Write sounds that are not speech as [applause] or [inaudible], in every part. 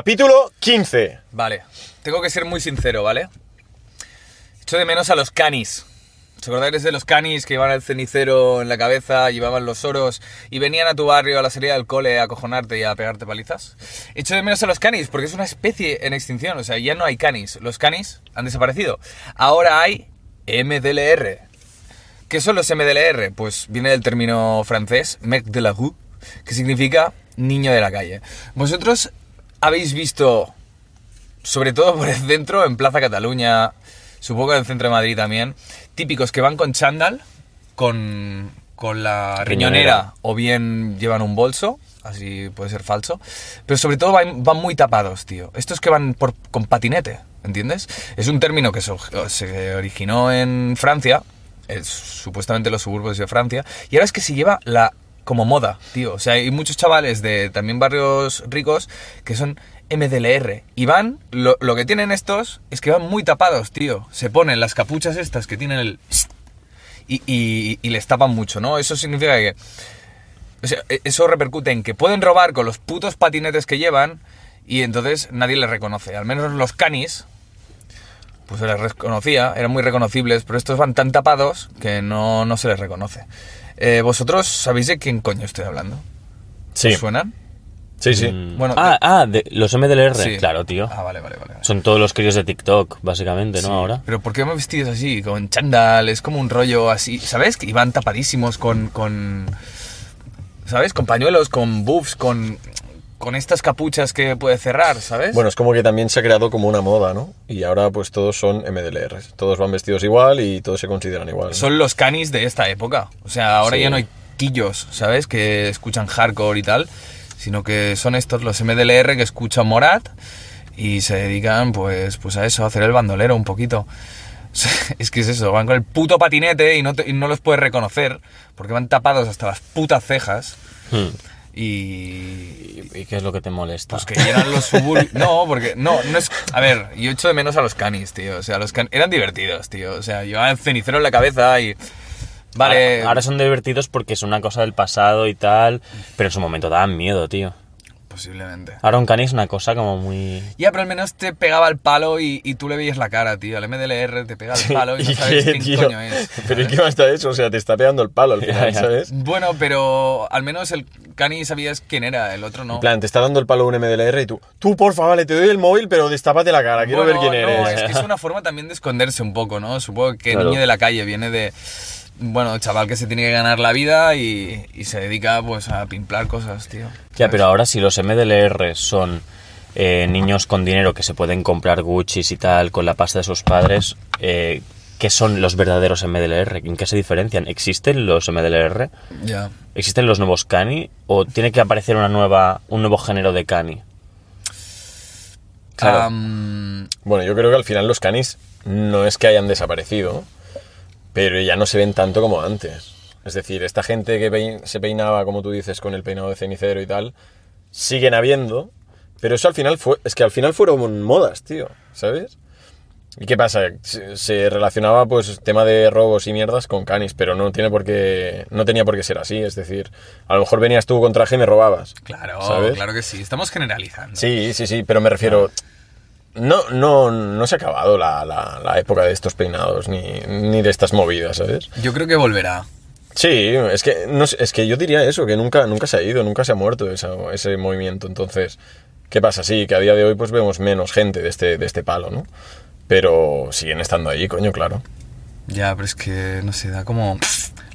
Capítulo 15. Vale, tengo que ser muy sincero, ¿vale? Echo de menos a los canis. ¿Os acordáis de los canis que llevaban el cenicero en la cabeza, llevaban los oros y venían a tu barrio a la salida del cole a cojonarte y a pegarte palizas? Echo de menos a los canis porque es una especie en extinción, o sea, ya no hay canis. Los canis han desaparecido. Ahora hay MDLR. ¿Qué son los MDLR? Pues viene del término francés, mec de la rue, que significa niño de la calle. Vosotros habéis visto, sobre todo por el centro, en Plaza Cataluña, supongo en el centro de Madrid también, típicos que van con chándal, con, con la riñonera, Riñonera. o bien llevan un bolso, así puede ser falso, pero sobre todo van, van muy tapados, tío. Estos que van por- con patinete, ¿entiendes? Es un término que se, se originó en Francia, es supuestamente los suburbios de Francia, y ahora es que se lleva la como moda, tío. O sea, hay muchos chavales de también barrios ricos que son MDLR. Y van, lo, lo que tienen estos es que van muy tapados, tío. Se ponen las capuchas estas que tienen el... Y, y- y les tapan mucho, ¿no? Eso significa que... O sea, e- eso repercute en que pueden robar con los putos patinetes que llevan y entonces nadie les reconoce. Al menos los canis, pues se les reconocía, eran muy reconocibles, pero estos van tan tapados que no, no se les reconoce. Eh, ¿Vosotros sabéis de quién coño estoy hablando? Sí. ¿Os ¿Suenan? Sí, sí. Bueno, eh, ah, ah, de- los MDLR, Sí. claro, tío. Ah, vale, vale, vale. vale. Son todos los críos de TikTok, básicamente, ¿no? Ahora. Pero ¿por qué me vestidos así? Con chándal, es como un rollo así, ¿sabes? Que iban tapadísimos con, con ¿sabes? Con pañuelos, con buffs, con, con estas capuchas que puede cerrar, ¿sabes? Bueno, es como que también se ha creado como una moda, ¿no? Y ahora pues todos son MDLR. Todos van vestidos igual y todos se consideran igual. Pues ¿no? son los canis de esta época. O sea, ahora Sí. ya no hay quillos, ¿sabes? Que escuchan hardcore y tal, sino que son estos los MDLR que escuchan Morat y se dedican pues, pues a eso, a hacer el bandolero un poquito. [laughs] Es que es eso, van con el puto patinete y no, te- y no los puedes reconocer porque van tapados hasta las putas cejas Hmm. y, ¿Y, y qué es lo que te molesta? pues que eran los suburbios. No, porque. No, no es. A ver, yo echo de menos a los canis, tío. O sea, los canis. Eran divertidos, tío. O sea, llevaban el cenicero en la cabeza y. Vale. [laughs] Ahora, ahora son divertidos porque es una cosa del pasado y tal, pero en su momento daban miedo, tío. Posiblemente. Ahora un cani es una cosa como muy... Ya, pero al menos te pegaba el palo y, y tú le veías la cara, tío. El MDLR te pega el [laughs] palo y no sabes qué, quién tío? coño es. Pero ¿y qué más te ha hecho? O sea, te está pegando el palo al final, Ya, ya. ¿sabes? Bueno, pero al menos el cani sabías quién era, el otro no. En plan, te está dando el palo un MDLR y tú, tú porfa, vale, te doy el móvil, pero destápate la cara, Ah, quiero Bueno, ver quién no, eres. es que es una forma también de esconderse un poco, ¿no? Supongo que Claro. niño de la calle viene de. Bueno, chaval que se tiene que ganar la vida y, y se dedica pues a pimplar cosas, tío. Ya, pero ahora si los MDLR son eh, niños con dinero que se pueden comprar Gucci's y tal con la pasta de sus padres, eh, ¿qué son los verdaderos MDLR? ¿En qué se diferencian? ¿Existen los MDLR? Ya. ¿Existen los nuevos cani? ¿O tiene que aparecer una nueva, un nuevo género de cani? Claro. Am, Bueno, yo creo que al final los canis no es que hayan desaparecido, pero ya no se ven tanto como antes. Es decir, esta gente que pein- se peinaba, como tú dices, con el peinado de cenicero y tal, siguen habiendo, pero eso al final fue, es que al final fueron modas, tío, ¿sabes? ¿Y qué pasa? Se, se relacionaba pues tema de robos y mierdas con canis, pero no tiene por qué, no tenía por qué ser así, es decir, a lo mejor venías tú con traje y me robabas. claro, ¿Sabes? claro que sí. Estamos generalizando. Sí, sí, sí, pero me refiero. No, no, no se ha acabado la, la- la época de estos peinados ni, ni de estas movidas, ¿sabes? Yo creo que volverá. Sí, es que, no, sé, es que yo diría eso, que nunca, nunca se ha ido, nunca se ha muerto esa- ese movimiento. Entonces, ¿qué pasa? Sí, que a día de hoy pues vemos menos gente de este, de este palo, ¿no? Pero siguen estando ahí, coño, claro. [laughs] Ya, pero es que, no sé, da como...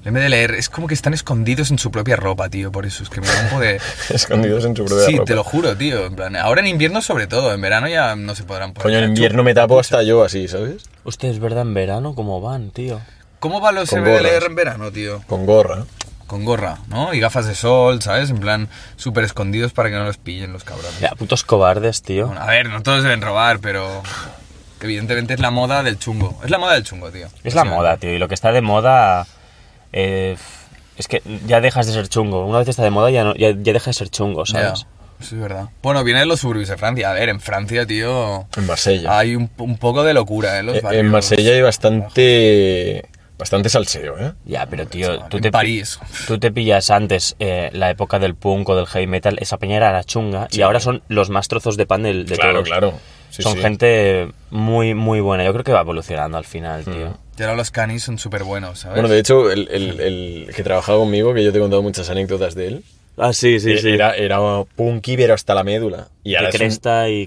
El MDLR es como que están escondidos en su propia ropa, tío. Por eso es que me da un [laughs] poco de... Escondidos en su propia Sí, ropa. te lo juro, tío. En plan, ahora en invierno sobre todo. En verano ya no se podrán poner. Coño, en invierno me tapo hasta yo así, ¿sabes? Hostia, es verdad, en verano cómo van, tío. ¿Cómo van los Con MDLR gorras. en verano, tío? Con gorra. Con gorra, ¿no? Y gafas de sol, ¿sabes? En plan, súper escondidos para que no los pillen los cabrones. Ya, putos cobardes, tío. Bueno, a ver, no todos deben robar, pero... Evidentemente es la moda del chungo. Es la moda del chungo, tío. Es la Sí. moda, tío. Y lo que está de moda. eh, es que ya dejas de ser chungo. Una vez está de moda, ya, no, ya, ya deja de ser chungo, ¿sabes? Ya, sí, es verdad. Bueno, viene de los suburbios de Francia. A ver, en Francia, tío, En Marsella. hay un, un poco de locura, ¿eh? Los Eh, barrios. en Marsella hay bastante Bastante salseo, ¿eh? Ya, pero tío, chaval, tú en te, pi- París. tú te pillas antes eh, la época del punk o del heavy metal, esa peña era la chunga, y ahora son los más trozos de pan del, de claro, todos. claro. Sí, son sí. gente muy, muy buena. Yo creo que va evolucionando al final, tío. Y ahora los canis son súper buenos, ¿sabes? Bueno, de hecho, el, el- el que trabajaba conmigo, que yo te he contado muchas anécdotas de él, e- Ah, sí, sí, sí. era, era punky, pero hasta la médula. Y de ahora es un- cresta y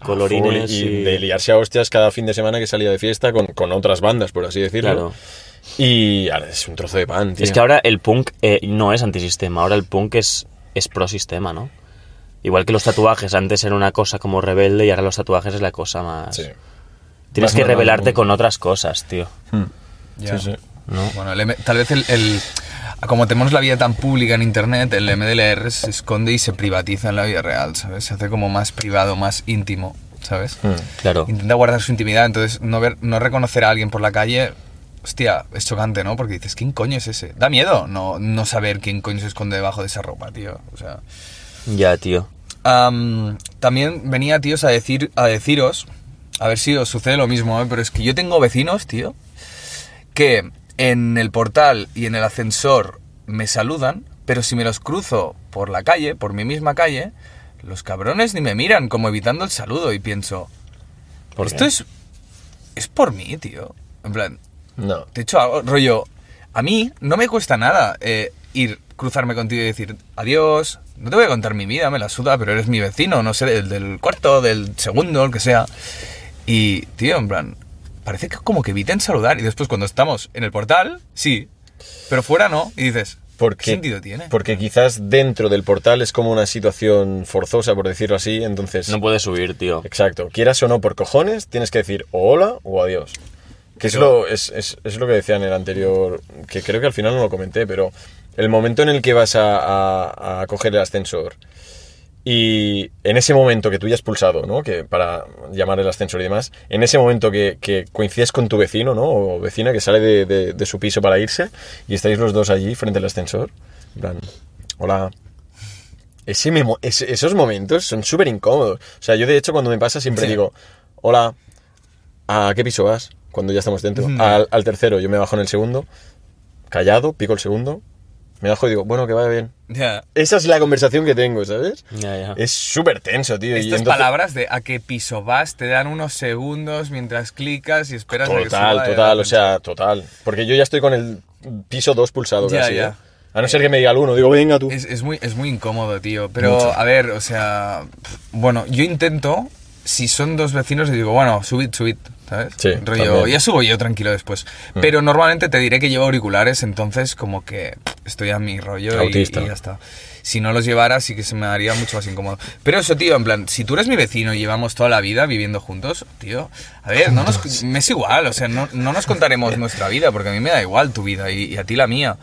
Full, colorines. y, y de liarse a hostias cada fin de semana que salía de fiesta con, con otras bandas, por así decirlo. Claro. Y ahora es un trozo de pan, tío. Es que ahora el punk eh, no es antisistema, ahora el punk es, es pro-sistema, ¿no? Igual que los tatuajes, antes era una cosa como rebelde y ahora los tatuajes es la cosa más... Sí. Tienes Más que normal del rebelarte mundo. con otras cosas, tío. Hmm. Ya. Sí, sí. Bueno, el M- tal vez el, el- Como tenemos la vida tan pública en internet, el MDLR se esconde y se privatiza en la vida real, ¿sabes? Se hace como más privado, más íntimo, ¿sabes? Mm. Hmm. Claro. Intenta guardar su intimidad, entonces no, ver, no reconocer a alguien por la calle, hostia, es chocante, ¿no? Porque dices, ¿quién coño es ese? Da miedo no, no saber quién coño se esconde debajo de esa ropa, tío. O sea. Ya, tío. Am, también venía, tíos, a, decir, a deciros, a ver si os sucede lo mismo, ¿eh? pero es que yo tengo vecinos, tío, que en el portal y en el ascensor me saludan, pero si me los cruzo por la calle, por mi misma calle, los cabrones ni me miran, como evitando el saludo, y pienso, ¿Por esto qué? es, es por mí, tío. En plan, No. te hecho algo, rollo, a mí no me cuesta nada eh, ir, cruzarme contigo y decir adiós, no te voy a contar mi vida, me la suda, pero eres mi vecino, no sé, el del cuarto, del segundo, el que sea. Y, tío, en plan, parece que como que eviten saludar y después cuando estamos en el portal, sí, pero fuera no, y dices, Porque, ¿qué sentido tiene? Porque quizás dentro del portal es como una situación forzosa, por decirlo así, entonces... No puedes subir, tío. Exacto. Quieras o no por cojones, tienes que decir o hola o adiós. Que es lo, es, es- es lo que decía en el anterior, que creo que al final no lo comenté, pero el momento en el que vas a, a- a coger el ascensor y en ese momento que tú ya has pulsado, ¿no? Que para llamar el ascensor y demás, en ese momento que, que coincides con tu vecino, ¿no? O vecina que sale de, de- de su piso para irse y estáis los dos allí frente al ascensor, en plan, hola, ese memo- ese- esos momentos son súper incómodos. O sea, yo de hecho cuando me pasa siempre Sí. digo, hola, ¿a qué piso vas? Cuando ya estamos dentro. Al, al tercero, yo me bajo en el segundo, callado, pico el segundo, me bajo y digo, bueno, que vaya bien. Ya. Esa es la conversación que tengo, ¿sabes? Ya, ya. Es súper tenso, tío. y Estas entonces- palabras de a qué piso vas te dan unos segundos mientras clicas y esperas a que Total, suba el total, o ascensor. sea, total. Porque yo ya estoy con el piso 2 pulsado Ya, casi, ya. ¿eh? A no ser que me diga el 1, digo, venga tú. Es, es muy, es muy incómodo, tío. Pero, a ver, o sea. pf, Bueno, yo intento. Si son dos vecinos, les digo, bueno, subid, subid. ¿Sabes? Sí, Rollo, también. ya subo yo tranquilo después. Pero normalmente te diré que llevo auriculares, entonces, como que pf, estoy a mi rollo y, Autista. y ya está. Si no los llevara, sí que se me haría mucho más incómodo. Pero eso, tío, en plan, si tú eres mi vecino y llevamos toda la vida viviendo juntos, tío, a ver, no nos, me es igual, o sea, no, no nos contaremos nuestra vida, porque a mí me da igual tu vida y, y a ti la mía.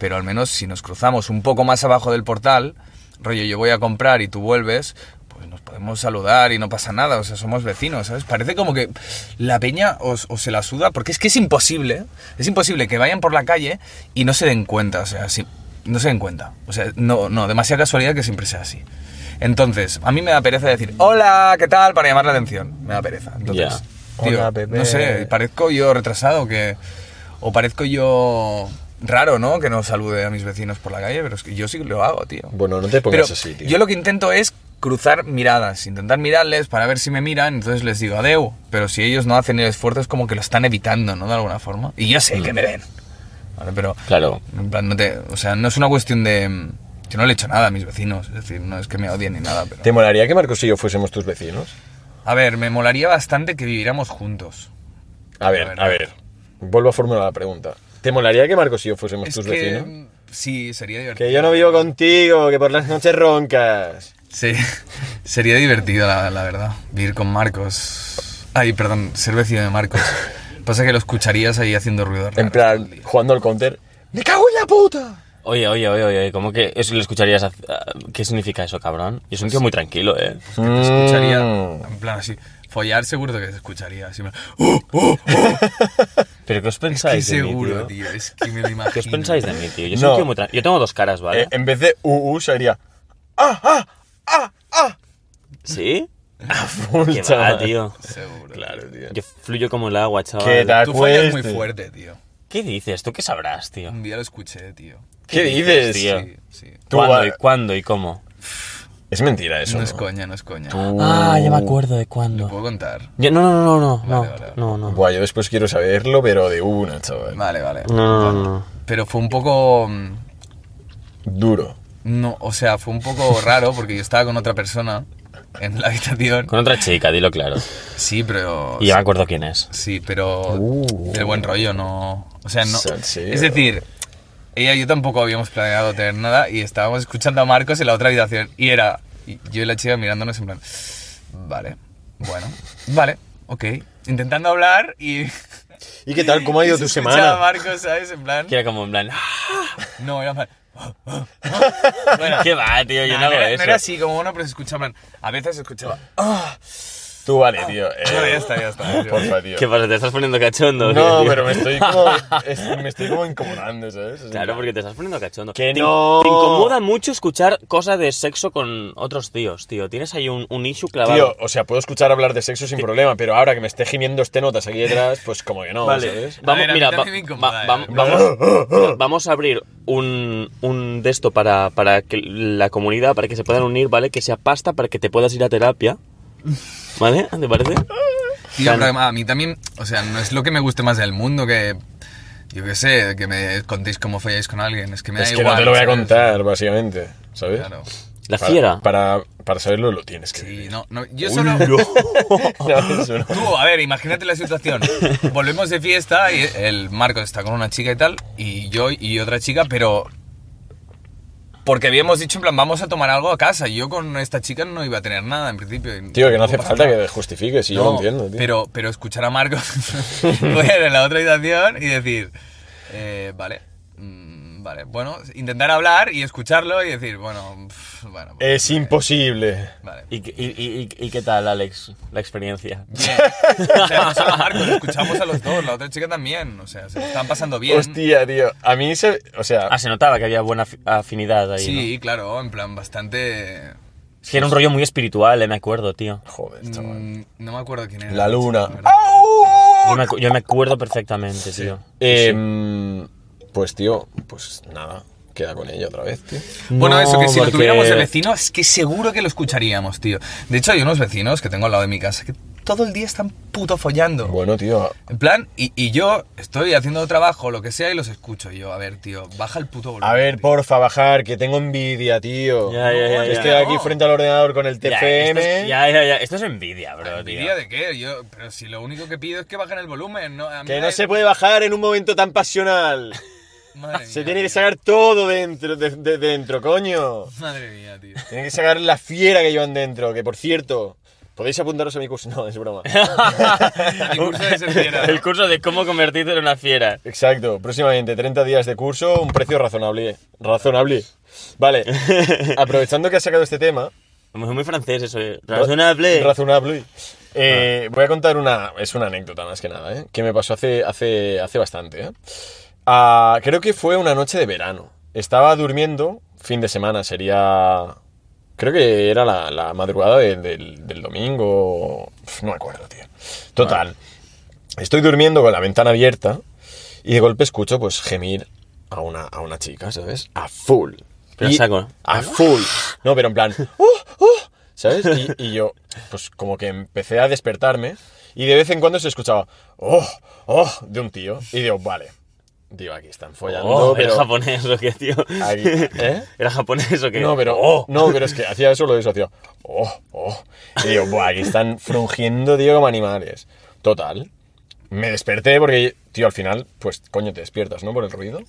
Pero al menos si nos cruzamos un poco más abajo del portal, rollo, yo voy a comprar y tú vuelves, pues nos podemos saludar y no pasa nada, o sea, somos vecinos, ¿sabes? Parece como que la peña os, os se la suda, porque es que es imposible, es imposible que vayan por la calle y no se den cuenta, o sea, si, no se den cuenta. O sea, no, no, demasiada casualidad que siempre sea así. Entonces, a mí me da pereza decir, hola, ¿qué tal? para llamar la atención. Me da pereza. Entonces, Ya. tío, Hola, Pepe. no sé, parezco yo retrasado que... O parezco yo raro, ¿no? Que no salude a mis vecinos por la calle, pero es que yo sí que lo hago, tío. Bueno, no te Pero pongas así, tío. yo lo que intento es cruzar miradas, intentar mirarles para ver si me miran, entonces les digo adeu, pero si ellos no hacen el esfuerzo es como que lo están evitando, ¿no? De alguna forma. Y yo sé Mm. que me ven. Vale, pero Claro. en plan, no te, o sea, no es una cuestión de... mm, Yo no le he hecho nada a mis vecinos, es decir, no es que me odien ni nada, pero... ¿Te molaría que Marcos y yo fuésemos tus vecinos? A ver, me molaría bastante que viviéramos juntos. A ver, a ver. Vuelvo a formular la pregunta. ¿Te molaría que Marcos y yo fuésemos Es tus que... vecinos? mm, Sí, sería divertido. Que yo no vivo contigo, que por las noches roncas. Sí, [laughs] sería divertido, la, la verdad, vivir con Marcos. Ay, perdón, ser vecino de Marcos. Pasa que lo escucharías ahí haciendo ruido. raro En todo el plan, día. jugando al counter. ¡Me cago en la puta! Oye, oye, oye, oye, ¿cómo que eso lo escucharías? hace- ah, ¿Qué significa eso, cabrón? Yo soy un tío Pues muy tranquilo, ¿eh? Que te escucharía, Mm. en plan así. Follar seguro que te escucharía. Así, en plan, ¡Oh, oh, oh! ¿Pero qué os Es que pensáis de mí, seguro, tío? tío. Es que me lo imagino. [laughs] ¿Qué os pensáis de mí, tío? Yo soy No. un tío muy tranquilo. Yo tengo dos caras, ¿vale? Eh, en vez de UU sería. ¡Ah, ah, ah, ah! [laughs] ¿Sí? Full, ¿Qué va, chaval. tío? Seguro. Claro, tío. Yo fluyo como el agua, chaval. ¿Qué tal? este?" Tú follas muy Acueste. fuerte, tío. ¿Qué dices? ¿Tú qué sabrás, tío? Un día lo escuché, tío. ¿Qué dices? tío? Sí, sí. Tú, ¿Cuándo va- y cuándo y cómo? Es mentira eso. No ¿no? es coña, no es coña. Uh. Ah, ya me acuerdo de cuándo. ¿Lo puedo contar? Yo- no, no, no, no, no, Vale, vale. no, no, Buah, yo después quiero saberlo, pero de una, chaval. Vale, vale. no, no, no. Pero fue un poco... mm, Duro. No, o sea, fue un poco [laughs] raro porque yo estaba con otra persona en la habitación. Con otra chica, dilo claro. Sí, pero... Y ya me acuerdo quién es. Sí, pero Uh. el buen rollo no... O sea, no... Salseo. Es decir, ella y yo tampoco habíamos planeado tener nada y estábamos escuchando a Marcos en la otra habitación y era y yo y la chica mirándonos en plan... Vale, bueno, vale, ok. Intentando hablar y... ¿Y qué tal? ¿Cómo ha y [laughs] ido se tu escuchaba a semana? Marcos, ¿sabes? En plan... Que era como en plan. "Ah, No, era en [laughs] plan... ¿Qué va, tío? Yo Nah, no hago era, eso. era así como uno, pero se escuchaba... en plan- A veces se [laughs] escuchaba... Tú vale, tío. eh, Ah, No, ya está, ya está. Porfa, tío. ¿Qué pasa? ¿Te estás poniendo cachondo? No, tío? pero me estoy [laughs] como, es- me estoy como incomodando, ¿sabes? Es en Claro, plan- porque te estás poniendo cachondo. Que te, no. te incomoda mucho escuchar cosas de sexo con otros tíos, tío. Tienes ahí un, un issue clavado. Tío, o sea, puedo escuchar hablar de sexo sin problema, pero ahora que me esté gimiendo este notas aquí detrás, pues como que no, vale. ¿sabes? Vamos, A ver, a mí mira, va- también me incomoda, va- eh. vam- [laughs] vamos, vamos a abrir un, un de esto para, para que la comunidad, para que se puedan unir, ¿vale? Que sea pasta para que te puedas ir a terapia. ¿Vale? ¿Te parece? Tío, pero a mí también, o sea, no es lo que me guste más del mundo que, yo qué sé, que me contéis cómo folláis con alguien. Es que me da Es que igual. no te lo voy a ¿sabes? contar, ¿eh? básicamente, ¿sabes? Claro. La Para- fiera. Para, para saberlo lo tienes que Sí, vivir. no, no, yo Uy, solo... no. [laughs] No, eso no. Tú, a ver, imagínate la situación. Volvemos de fiesta y el Marco está con una chica y tal, y yo y otra chica, pero... Porque habíamos dicho, en plan, vamos a tomar algo a casa. y Yo con esta chica no iba a tener nada, en principio. y Tío, que no hace pasa falta nada. que te justifiques, si yo lo entiendo, tío. Pero, pero escuchar a Marcos [laughs] poner en la otra habitación y decir, eh, vale, mm, vale, bueno, intentar hablar y escucharlo y decir, bueno, pf, bueno, pues, Es imposible. vale. ¿Y, qué- y- y- y qué tal, Alex, la experiencia? Bien. [laughs] O sea, no solo a Marcos, escuchamos a los dos, la otra chica también, o sea, se lo están pasando bien. Hostia, tío. A mí se. O sea. Ah, se notaba que había buena afi- afinidad ahí. ¿no? Sí, claro, en plan, bastante... Es que era un rollo muy espiritual, eh, me acuerdo, tío. Joder, chaval. mm, No me acuerdo quién era. La chica, luna. ¿verdad? Yo me, acu- yo me acuerdo perfectamente, tío. Eh, Em, Pues, tío, pues nada. Queda con ella otra vez, tío. Bueno, No, eso, que si porque- lo tuviéramos de vecino, es que seguro que lo escucharíamos, tío. De hecho, hay unos vecinos que tengo al lado de mi casa que todo el día están puto follando. Bueno, tío. En plan, y, y yo estoy haciendo trabajo, lo que sea, y los escucho. Y yo, a ver, tío, baja el puto volumen. A ver, tío. porfa, bajar, que tengo envidia, tío. Ya, ya, ya, ya. Estoy aquí frente al ordenador con el Ya, TFM. esto es, ya, ya, ya. Esto es envidia, bro, ¿Envidia tío. de qué? Yo, pero si lo único que pido es que bajen el volumen, ¿no? A mí Que no nadie- se puede bajar en un momento tan pasional. Madre [laughs] Se mía, tiene que tío. sacar todo dentro, de, de- dentro, coño. Madre mía, tío. Tiene que sacar la fiera que llevan dentro, que por cierto, podéis apuntaros a mi curso. [laughs] No, es [laughs] broma. Mi curso de ser fiera, ¿no? El curso de cómo convertirte en una fiera. Exacto, próximamente 30 días de curso, un precio razonable. Razonable. [laughs] Vale, aprovechando que has sacado este tema. Es muy francés eso, eh. Razonable. Razonable. Eh, Voy a contar una. Es una anécdota más que nada, ¿eh? Que me pasó hace, hace, hace bastante, ¿eh? Ah, creo que fue una noche de verano. Estaba durmiendo, fin de semana, sería. Creo que era la, la madrugada de- del, del domingo. Pf, No me acuerdo, tío. Total. Estoy durmiendo con la ventana abierta y de golpe escucho, pues, gemir a una, a una chica, ¿sabes? A full. Pero Y- saco. a full. No, pero en plan, ¡uh! ¡uh! ¿Sabes? Y, y yo, pues como que empecé a despertarme y de vez en cuando se escuchaba, ¡oh! ¡oh! de un tío. Y digo, vale. Digo, aquí están follando, Oh, pero. Era japonés o qué, tío. [laughs] Aquí- ¿Eh? Era japonés o qué. No, pero. Oh. No, pero es que hacía eso lo de eso, hacía. ¡Oh! ¡oh! Y digo, buah, aquí están frungiendo, tío, como animales. Total. Me desperté porque, tío, al final, pues, coño, te despiertas, ¿no? Por el ruido.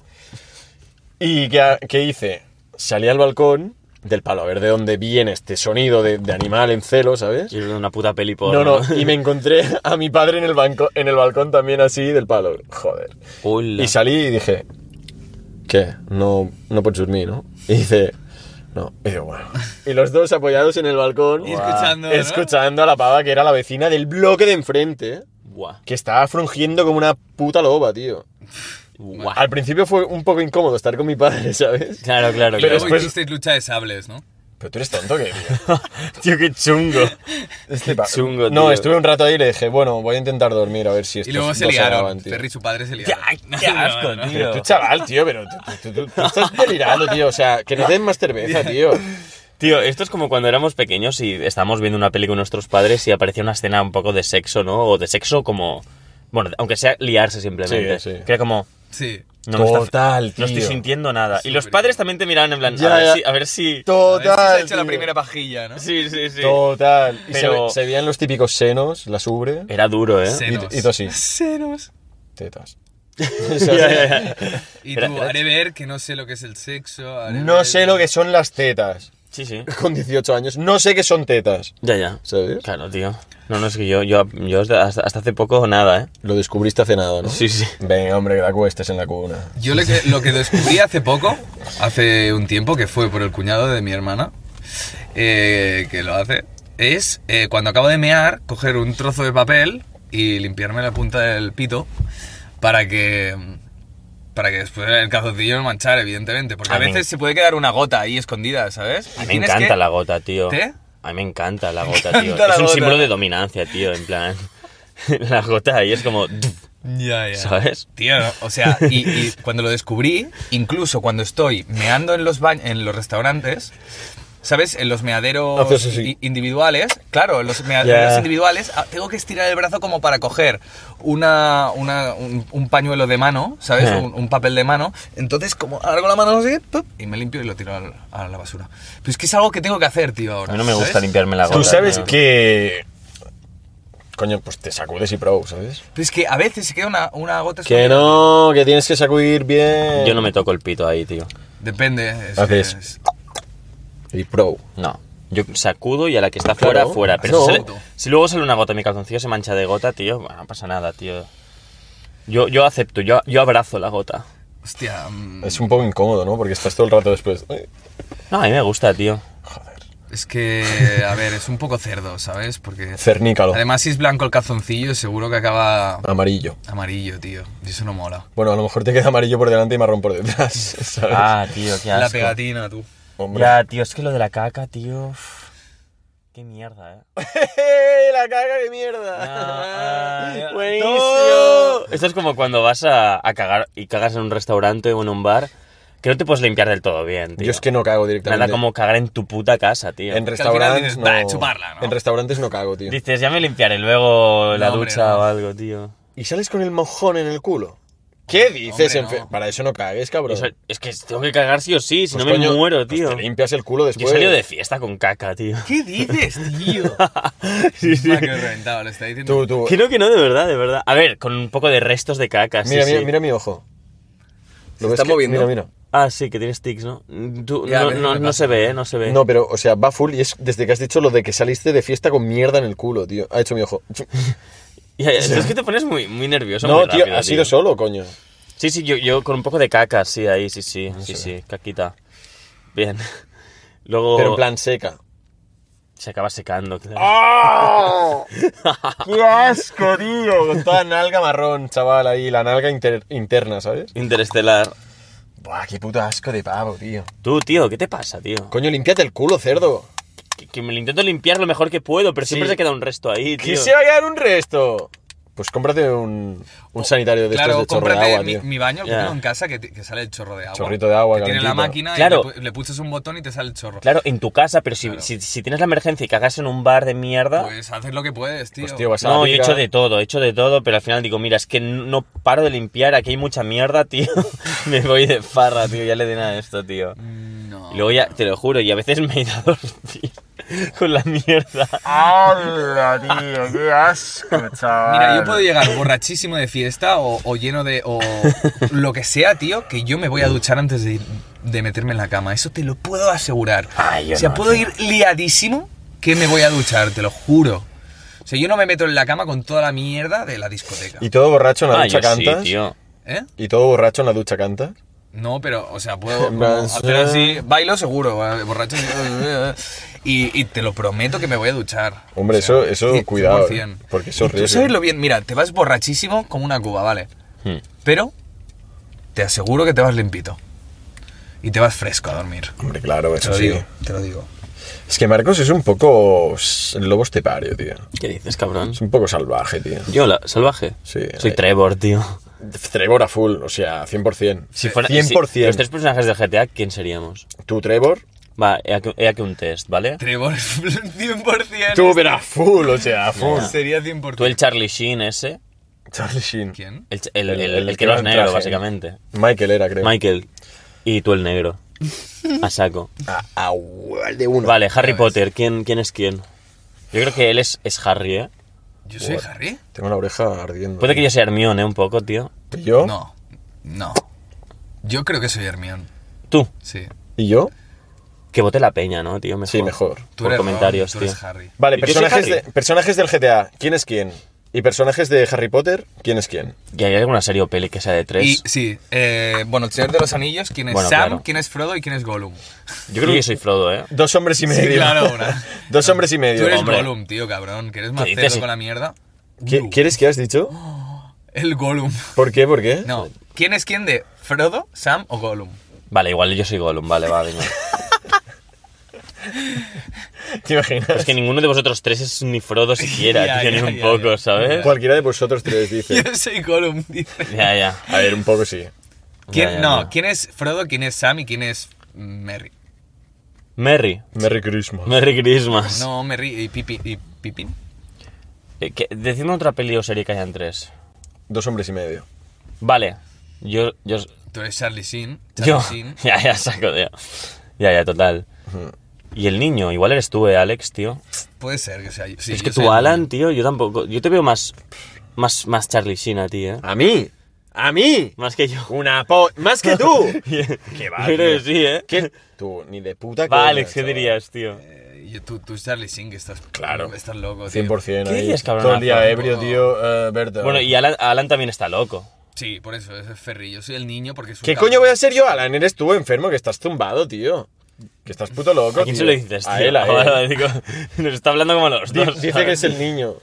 ¿Y qué, qué hice? Salí al balcón del palo a ver de dónde viene este sonido de, de animal en celo, ¿sabes? Yo creo que una puta peli por. No, no, y me encontré a mi padre en el, banco, en el balcón también así del palo. Joder. Hola. Y salí y dije, ¿qué? No, no puedes dormir, ¿no? Y dice, no. Y digo, bueno. Y los dos apoyados en el balcón. Y escuchando, ¿no? Escuchando a la pava que era la vecina del bloque de enfrente, Buah. que estaba frungiendo como una puta loba, tío. Buah. Al principio fue un poco incómodo estar con mi padre, [laughs] ¿sabes? Claro, claro, Pero Y luego claro. después- hicisteis lucha de sables, ¿no? Pero tú eres tonto, ¿qué, tío? [laughs] Tío, qué chungo. Este Qué pa- chungo, No, tío. estuve un rato ahí y le dije, bueno, voy a intentar dormir a ver si esto Y luego no se liaron. acaban, tío. Ferry y su padre se liaron. [laughs] qué asco, tío. Pero tú, chaval, tío, pero tú, tú- tú- tú estás delirando, tío. O sea, que nos den más [laughs] cerveza, tío. Tío, esto es como cuando éramos pequeños y estábamos viendo una peli con nuestros padres y aparecía una escena un poco de sexo, ¿no? O de sexo como... Bueno, aunque sea liarse simplemente. Sí, sí. Que era como... Sí. No me está- Total, No estoy tío. sintiendo nada. y Súper los padres también te miraban en plan... Ya, a, ver ya. Si, a ver si... A ver si se ha Total. hecho la tío. primera pajilla, ¿no? Sí, sí, sí. Total. Y se Pero- ve- se, veían los típicos senos, las ubre, Era duro, ¿eh? Senos. Y- y tú así. Senos. [laughs] tetas. Ya, ya, ya. Y Era- tú, era- haré ver que no sé lo que es el sexo. [laughs] haré No ver sé lo que son las tetas. Sí, sí. Con 18 años, no sé qué son tetas. Ya, ya. ¿Sabes? Claro, tío. No, no, es que yo, yo, yo hasta, hasta hace poco nada, ¿eh? Lo descubriste hace nada, ¿no? Sí, sí. Venga, hombre, que la cuestes en la cuna. Yo lo que, lo que descubrí hace poco, hace un tiempo, que fue por el cuñado de mi hermana, eh, que lo hace, es eh, cuando acabo de mear, coger un trozo de papel y limpiarme la punta del pito para que... Para que después el calzoncillo no manchar, evidentemente. Porque a, A mí- veces se puede quedar una gota ahí escondida, ¿sabes? Y A mí me tienes encanta que- la gota, tío. ¿Te? A mí me encanta la gota, encanta tío. la es un gota. símbolo de dominancia, tío, en plan. [laughs] la gota ahí es como. [laughs] Ya, ya. ¿Sabes? Tío, ¿no? o sea, y, y [laughs] cuando lo descubrí, incluso cuando estoy meando en los ba- en los restaurantes, ¿sabes? En los Ah, meaderos pues Haces así. i- individuales, claro, en los meaderos Ya. individuales, ah, tengo que estirar el brazo como para coger una, una- un, un pañuelo de mano, ¿sabes? Ah. Un, un papel de mano. Entonces, como alargo la mano así, ¡pup! y me limpio y lo tiro al- a la basura. Pero es que es algo que tengo que hacer, tío, A ahora. mí no me gusta ¿sabes? limpiarme la gota. Tú sabes tío. que. Coño, pues te sacudes y pro, ¿sabes? Pero es que a veces se queda una, una gota Que no, que tienes que sacudir bien. Yo no me toco el pito ahí, tío. Depende. es- Haces. es- Y pro. No. Yo sacudo y a la que está fuera, Claro. fuera. Pero No. si, sale- si luego sale una gota, mi calzoncillo se mancha de gota, tío, bueno, no pasa nada, tío. Yo, yo acepto, yo, yo abrazo la gota. hostia. mm, Es un poco incómodo, ¿no? Porque estás todo el rato después. "Ay, No, a mí me gusta, tío. Joder. Es que, a ver, es un poco cerdo, ¿sabes? Porque Cernícalo. además si es blanco el calzoncillo, seguro que acaba Amarillo. amarillo, tío. Y eso no mola. Bueno, a lo mejor te queda amarillo por delante y marrón por detrás, [laughs] ¿sabes? Ah, tío, qué La asco. pegatina, tú. Hombre. [laughs] Ya, tío, es que lo de la caca, tío. uf, Qué mierda, eh. [laughs] ¡La caga de Ah, mierda! [laughs] ah, ¡Buenísimo! Esto es como cuando vas a, a cagar y cagas en un restaurante o en un bar, que no te puedes limpiar del todo bien, tío. Yo es que no cago directamente. Nada como cagar en tu puta casa, tío. En que al final restaurantes dices, no... "Bah, chuparla", ¿no? En restaurantes no cago, tío. Dices, ya me limpiaré luego la No, hombre, ducha no. o algo, tío. ¿Y sales con el mojón en el culo? ¿Qué dices? Hombre, enfe- no. Para eso no cagues, cabrón. Eso- es que tengo que cagar sí o sí, si Pues, no me coño, muero, pues tío. te limpias pues. el culo Yo he después. salido de fiesta con [laughs] caca, tío. ¿Qué dices, tío? [laughs] Sí, sí. Ah, que lo he reventado, lo está diciendo. Tú, [laughs] tú. Creo que no, de verdad, de verdad. A ver, con un poco de restos de caca, sí, Mira, mira, sí. mira mi ojo. Se está moviendo. Mira, mira. Ah, sí, que tienes tics, ¿no? Tú- Ya, a no, veces no- me no pasa. se ve, ¿eh? No se ve. No, pero, o sea, va full y es desde que has dicho lo de que saliste de fiesta con mierda en el culo, tío. Ha hecho mi ojo. [laughs] Ya, ya, Es que te pones muy, muy nervioso. No, muy tío, rápido, ha sido tío. solo, coño. Sí, sí, yo, yo con un poco de caca, sí, ahí, sí, sí, sí, sí, caquita. Bien. [laughs] Luego Pero en plan [laughs] seca. se acaba secando, claro. ¡Qué asco, tío! Con toda nalga marrón, chaval, ahí, la nalga inter- interna, ¿sabes? Interestelar. Buah, qué puto asco de pavo, tío. Tú, tío, ¿qué te pasa, tío? Coño, límpiate el culo, cerdo. Que, que me lo intento limpiar lo mejor que puedo, pero siempre Sí. se queda un resto ahí, ¿Qué tío. se va a quedar un resto? Pues cómprate un, un sanitario de Oh, claro, estos de chorro de cómprate agua, mi, tío. mi baño, el que Ya. tengo en casa, que, te- que sale el chorro de agua. Chorrito de agua, Que tiene la calentito. máquina Claro. y le, pu- le pulsas un botón y te sale el chorro. Claro, en tu casa, pero si, si, si tienes la emergencia y cagas en un bar de mierda... Pues haces lo que puedes, tío. Pues, tío, vas a la no, yo he pica. hecho de todo, he hecho de todo, pero al final digo, mira, es que no paro de limpiar, aquí hay mucha mierda, tío. [laughs] me voy de farra, tío, ya le den a esto, tío. Mm, No. Y luego ya, te lo juro, y a veces me he ido a dormir [laughs] con la mierda. ¡Hala, tío! ¡Qué asco, chaval! Mira, yo puedo llegar borrachísimo de fiesta o, o lleno de. [laughs] o lo que sea, tío, que yo me voy a duchar antes de, ir- de meterme en la cama. Eso te lo puedo asegurar. Ay, yo o sea, no, puedo tío. ir liadísimo que me voy a duchar, te lo juro. O sea, yo no me meto en la cama con toda la mierda de la discoteca. ¿Y todo borracho en la Ah, ducha yo sí, cantas? tío. ¿Eh? ¿Y todo borracho en la ducha cantas? No, pero, o sea, puedo [laughs] En como plan, hacer así. Bailo seguro, eh, borracho. Y, y te lo prometo que me voy a duchar. Hombre, O sea, eso- eso, 100%. cuidado, eh, porque eso Y Tú riesgo. sabes lo bien, mira, te vas borrachísimo como una cuba, ¿vale? Hmm. Pero te aseguro que te vas limpito. Y te vas fresco a dormir. Hombre, claro, Te eso lo sí. digo, te lo digo. Es que Marcos es un poco s- el lobo estepario, tío. ¿Qué dices, cabrón? Es un poco salvaje, tío. Yo, la, salvaje. Sí, Soy eh. Trevor, tío. Trevor a full, o sea, 100%. Si este fuera, 100%. si los tres personajes de GTA, ¿quién seríamos? Tú, Trevor. Va, he aquí, he aquí un test, ¿vale? [laughs] Trevor, 100%. Tú, pero a full, o sea, a full. Sería 100%. Tú el Charlie Sheen ese. Charlie Sheen. ¿Quién? El, ch- el- El- el- el el que que no va es en negro, traje. básicamente. Michael era, creo. Michael. Y tú el negro. A saco. A, a huevo de [laughs] uno. Vale, Harry Potter, ¿quién, quién es quién? Yo creo que él es, es Harry, ¿eh? ¿Yo soy Harry? Tengo la oreja ardiendo. Puede que yo sea Hermione, ¿eh? un poco, tío. ¿Y yo? No. No. Yo creo que soy Hermione. Tú, Sí. ¿Y yo? que vote la peña, ¿no, tío? Mejor. Sí, mejor. Tú Por eres comentarios, Ron, tío. Tú eres Harry. Vale, ¿Y yo soy personajes, Harry? de- personajes del GTA. ¿Quién es quién? Y personajes de Harry Potter. ¿Quién es quién? ¿Y hay alguna serie o peli que sea de tres? Y sí, eh, bueno, el Señor de los Anillos, quién es Bueno, Sam, claro. quién es Frodo y quién es Gollum. Yo creo que yo soy Frodo, ¿eh? Dos hombres y Sí, medio. [laughs] claro, una. Dos hombres y medio. Tú eres Hombre. Gollum, tío, cabrón, que eres más dices? cerdo con la mierda. ¿Qui- ¿Quieres que has dicho? El Gollum. ¿Por qué? ¿Por qué? No, ¿quién es quién de Frodo, Sam o Gollum? Vale, igual yo soy Gollum, vale, va, venga. ¿Te imaginas? Es que ninguno de vosotros tres es ni Frodo [laughs] siquiera, Ya, tío, ya, ni un ya, poco, ya. ¿sabes? Cualquiera de vosotros tres [laughs] dice. Yo soy Gollum, dice. Ya, ya. A ver, un poco sí. ¿Quién, ya, no, ya. ¿quién es Frodo, quién es Sam y quién es Merry? Merry. Merry Christmas. Merry Christmas. No, Merry y, Pipi, y Pipín. Eh, que- decidme otra peli o serie que hayan tres. Dos hombres y medio. Vale. Yo. Yo. Tú eres Charlie Sheen. Charlie yo Sheen. [laughs] ya, ya, saco, ya. Ya, ya, total. Y el niño, igual eres tú, eh, Alex, tío. Puede ser que sea yo. Sí, es yo que soy tú, Alan, tío, yo tampoco. Yo te veo más. Más, más Charlie Sheen a ti, eh. ¿A mí? ¿A mí? Más que yo. Una po... ¡Más que tú! ¿Qué [laughs] va, Yo creo que tío? sí, eh. [laughs] ¿Qué? Tú, ni de puta Va, coña, Alex, ¿qué chaval. dirías, tío? Eh, yo- tú, tú es Charlie Sheen, que estás, Claro. estás loco, tío. 100% ¿Qué ahí. dices, cabrón? Todo el día Tampoco. ebrio, tío. eh, Berta. Bueno, y Alan, Alan también está loco. Sí, por eso, ese es Ferry. Yo soy el niño porque es un ¿Qué cabrón. coño voy a ser yo, Alan? Eres tú, enfermo, que estás tumbado, tío. Que estás puto loco, ¿A quién tío. se lo dices, tío? A [laughs] él, a él. Vale, vale, digo, [laughs] nos está hablando como los Di- dos. Dice ¿sabes? que es el niño.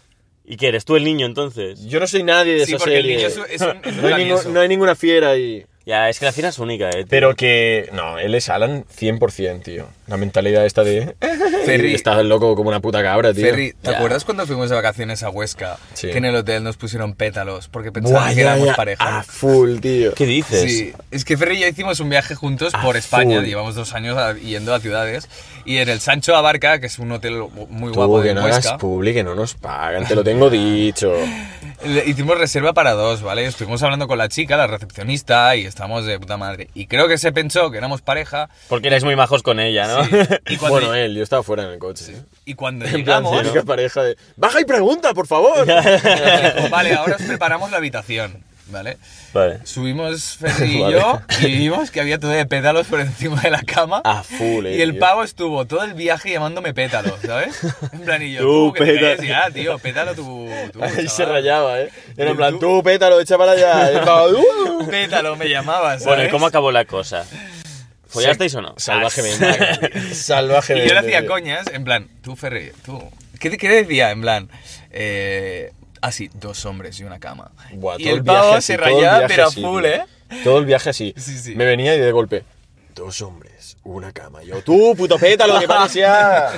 ¿Y que eres tú el niño entonces. Yo no soy nadie de Sí, esa porque el serie. niño es un- es un- es un no, hay ningún- travieso. no hay ninguna fiera ahí. Ya, es que la cena es única, eh. tío. Pero que... No, él es Alan 100%, tío. La mentalidad esta de... Ferry. Estás loco como una puta cabra, tío. Ferry, ¿te Ya. acuerdas cuando fuimos de vacaciones a Huesca? Sí. Que en el hotel nos pusieron pétalos porque pensaban Buah, ya, que éramos ya, pareja. Ah, A full, tío. ¿Qué dices? Sí, es que Ferry y yo hicimos un viaje juntos Ah, por España, full. llevamos dos años a- yendo a ciudades, y en el Sancho Abarca, que es un hotel muy Tú, guapo que de no hagas Huesca, publi, que no nos pagan. Te lo [laughs] tengo dicho. le- hicimos reserva para dos, ¿vale? Estuvimos hablando con la chica, la recepcionista, y estábamos de puta madre. Y creo que se pensó que éramos pareja, Porque erais muy majos con ella, ¿no? Sí. [laughs] Y cuando- Bueno, él, yo estaba fuera en el coche. y cuando En plan, llegamos... típica pareja de... ¡Baja y pregunta, por [laughs] favor! dijo, vale, ahora os preparamos la habitación, ¿vale? [laughs] Vale. [laughs] Subimos Ferri y Vale. yo y vimos que había todo de pétalos por encima de la cama. A full, eh, Y el tío. pavo estuvo todo el viaje llamándome pétalo, ¿sabes? En plan, y yo, Tú, tú, ¿qué pétalo. crees? Ya, tío, pétalo tú. [laughs] tú, Ahí se chaval. rayaba, ¿eh? Era en ¿Y plan, Ah. tú? tú, pétalo, echa para [laughs] allá. Y estaba, "Uh". Pétalo me llamabas, Bueno, ¿y ¿sabes? cómo acabó la cosa? ¿Follasteis o no? [laughs] Salvajemente. Salvajemente. Y yo le hacía tío. coñas, en plan, tú, Ferri, tú. ¿Qué, qué le decía? En plan, eh, así, dos hombres y una cama. Buah, y todo el viaje pavo así, se todo el rayaba, viaje pero a así, full, tío. ¿eh? Todo el viaje así. Sí, sí. Me venía y de golpe, dos hombres, una cama. Yo, tú, puto pétalo, que [laughs] parecía.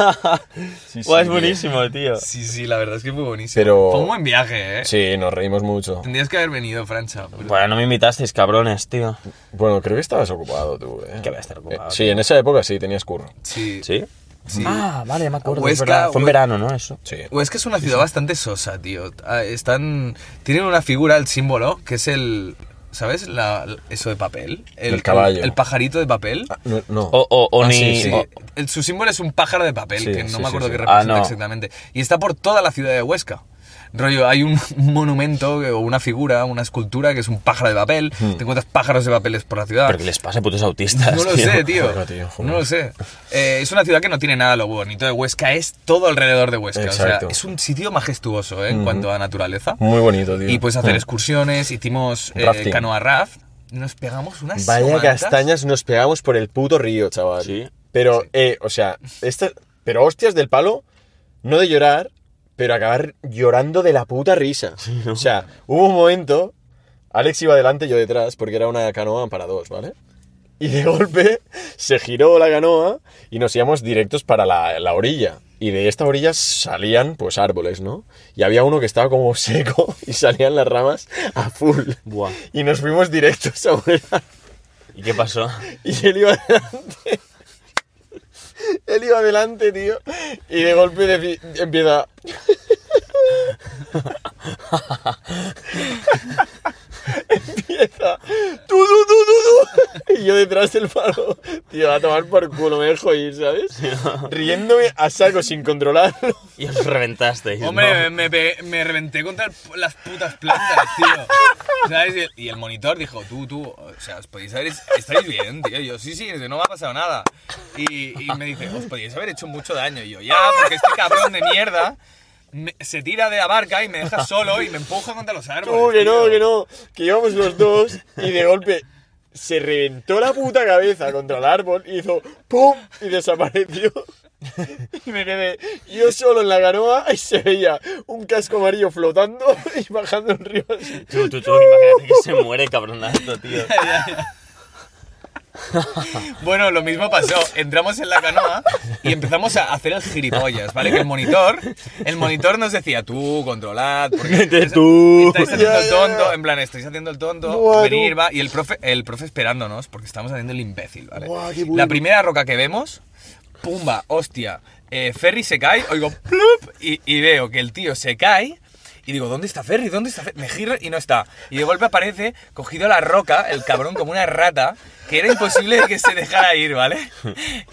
Sí, sí, Buah, es tío. buenísimo, tío. Sí, sí, la verdad es que fue buenísimo. Pero- Fue un buen viaje, ¿eh? Sí, nos reímos mucho. Tendrías que haber venido, Francha. pero- Bueno, no me invitasteis, cabrones, tío. Bueno, creo que estabas ocupado tú, ¿eh? Que voy a estar ocupado, Eh, sí, en esa época sí, tenías curro. Sí. ¿Sí? sí. Ah, vale, me acuerdo. Huesca, es verdad. Fue en Hue- verano, ¿no? Eso. Sí. O es que es una ciudad bastante sosa, tío. Ah, Están, tienen una figura, el símbolo, que es el... ¿Sabes? La, eso de papel. El caballo. El, pajarito de papel. Eh, Ah, no, no. Oh. O, o, o Ah, ni. sí, sí. o- El- su símbolo es un pájaro de papel, Sí, que no sí, me sí, acuerdo sí. qué representa Ah, no. exactamente. Y está por toda la ciudad de Huesca. Rollo, hay un [laughs] un monumento o una figura, una escultura que es un pájaro de papel. Hmm. Te encuentras pájaros de papeles por la ciudad. ¿Pero qué les pasa, putos autistas? No lo tío? sé, tío. Joder, tío, joder. No lo sé. Eh, es una ciudad que no tiene nada lo bonito de Huesca, es todo alrededor de Huesca. Exacto. O sea, es un sitio majestuoso ¿eh? en cuanto a naturaleza. Muy bonito, tío. Mm. Y puedes hacer excursiones, hicimos eh, Rafting. canoa raft, nos pegamos unas Vaya somantas. castañas nos pegamos por el puto río, chaval. Sí. Pero, eh, o sea, esta, pero hostias del palo, no de llorar, pero acabar llorando de la puta [laughs] risa. O sea, hubo un momento, Alex iba adelante, yo detrás, porque era una canoa para dos, ¿vale? y de [laughs] golpe se giró la canoa y nos íbamos directos para la, la orilla. Y de esta orilla salían pues árboles, ¿no? Y había uno que estaba como [laughs] seco y salían las ramas a full. Buah. Y nos fuimos directos a un árbol. ¿Y qué pasó? [laughs] [laughs] Y él iba adelante. Él iba adelante, tío. Y de golpe defi- empieza. empieza. Tú, tú, tú, tú, tú. Y yo detrás del palo. Tío, a tomar por culo, me dejo ir, ¿sabes? Riéndome a saco sin controlarlo. Y os reventasteis. Hombre, ¿no? me, pe- me reventé contra el- las putas plantas, tío. ¿Sabes? Y el- Y el monitor dijo, tú, tú, o sea, os podéis haber... Estáis bien, tío. Y yo, sí, sí, no me ha pasado nada. Y, y me dice, os podíais haber hecho mucho daño. Y yo, ya, porque este cabrón de mierda me- se tira de la barca y me deja solo y me empuja contra los árboles. Tú, que no, tío. que no. Que íbamos los dos y de golpe. Se reventó la puta cabeza contra el árbol y hizo ¡pum! y [laughs] desapareció. Y me quedé yo solo en la canoa y se veía un casco amarillo flotando [laughs] y bajando el río así. Tú, tú, tú, imagínate que se muere cabronazo, tío. [laughs] Bueno, lo mismo pasó. Entramos en la canoa y empezamos a hacer el gilipollas, ¿vale? Que el monitor, el monitor nos decía, tú, controlad, porque Vete tú. estáis haciendo el Ya, ya, ya. tonto, en plan, estáis haciendo el tonto, Bueno. venir, va. Y el profe, el profe esperándonos, porque estamos haciendo el imbécil, ¿vale? Buah, qué bueno. La primera roca que vemos, pumba, hostia, eh, Ferry se cae, oigo, plup, y, y veo que el tío se cae. Y digo, ¿dónde está Ferry? ¿Dónde está Ferry? Me giro y no está. Y de golpe aparece, cogido a la roca, el cabrón como una rata, que era imposible de que se dejara ir, ¿vale?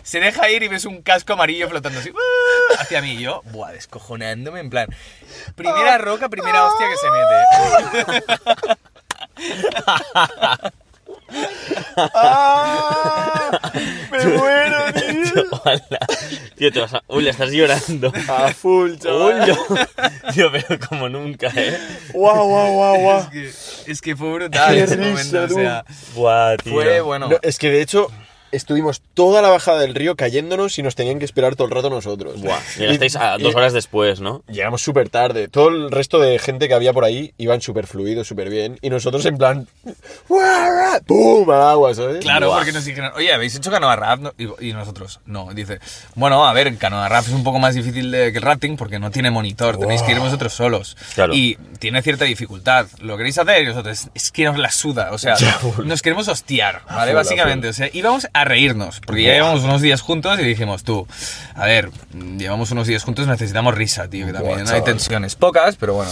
Se deja ir y ves un casco amarillo flotando así, ¡ah! hacia mí. Y yo, buah, descojonándome, en plan, primera roca, primera hostia que se mete. ¡Ah! ¡Me muero, [laughs] tío! [laughs] Ojalá. Tío, te vas a... Uy, le estás llorando. A full, Uy, chaval. yo- Tío, pero como nunca, ¿eh? ¡Guau, guau, guau, Es guau! que, es que fue brutal Ah. Qué ese risa, momento, o tú. sea, Buah, tío. fue bueno. No, es que de hecho estuvimos toda la bajada del río cayéndonos y nos tenían que esperar todo el rato nosotros. [laughs] Buah. Llegasteis a Y- dos y- horas después, ¿no? Llegamos súper tarde. Todo el resto de gente que había por ahí iban súper fluidos, súper bien. Y nosotros en plan... ¡guau, guau! ¡Pum! Al agua, ¿sabes? Claro, Buah. porque nos dijeron, oye, ¿habéis hecho canoa raft? No, Y, y nosotros, no. Dice, bueno, a ver, canoa raft es un poco más difícil de- que el rafting porque no tiene monitor, tenéis que ir vosotros solos. Claro. Y tiene cierta dificultad. ¿Lo queréis hacer? Y nosotros, es que nos la suda, o sea, [laughs] Ya, Ah, boludo. nos queremos hostiar, full, ¿vale? a Básicamente, o sea, íbamos a reírnos porque ya llevamos unos días juntos y dijimos, tú, a ver, mm, llevamos unos días juntos, necesitamos risa, tío, que también Buah, hay chaval. tensiones pocas, pero bueno.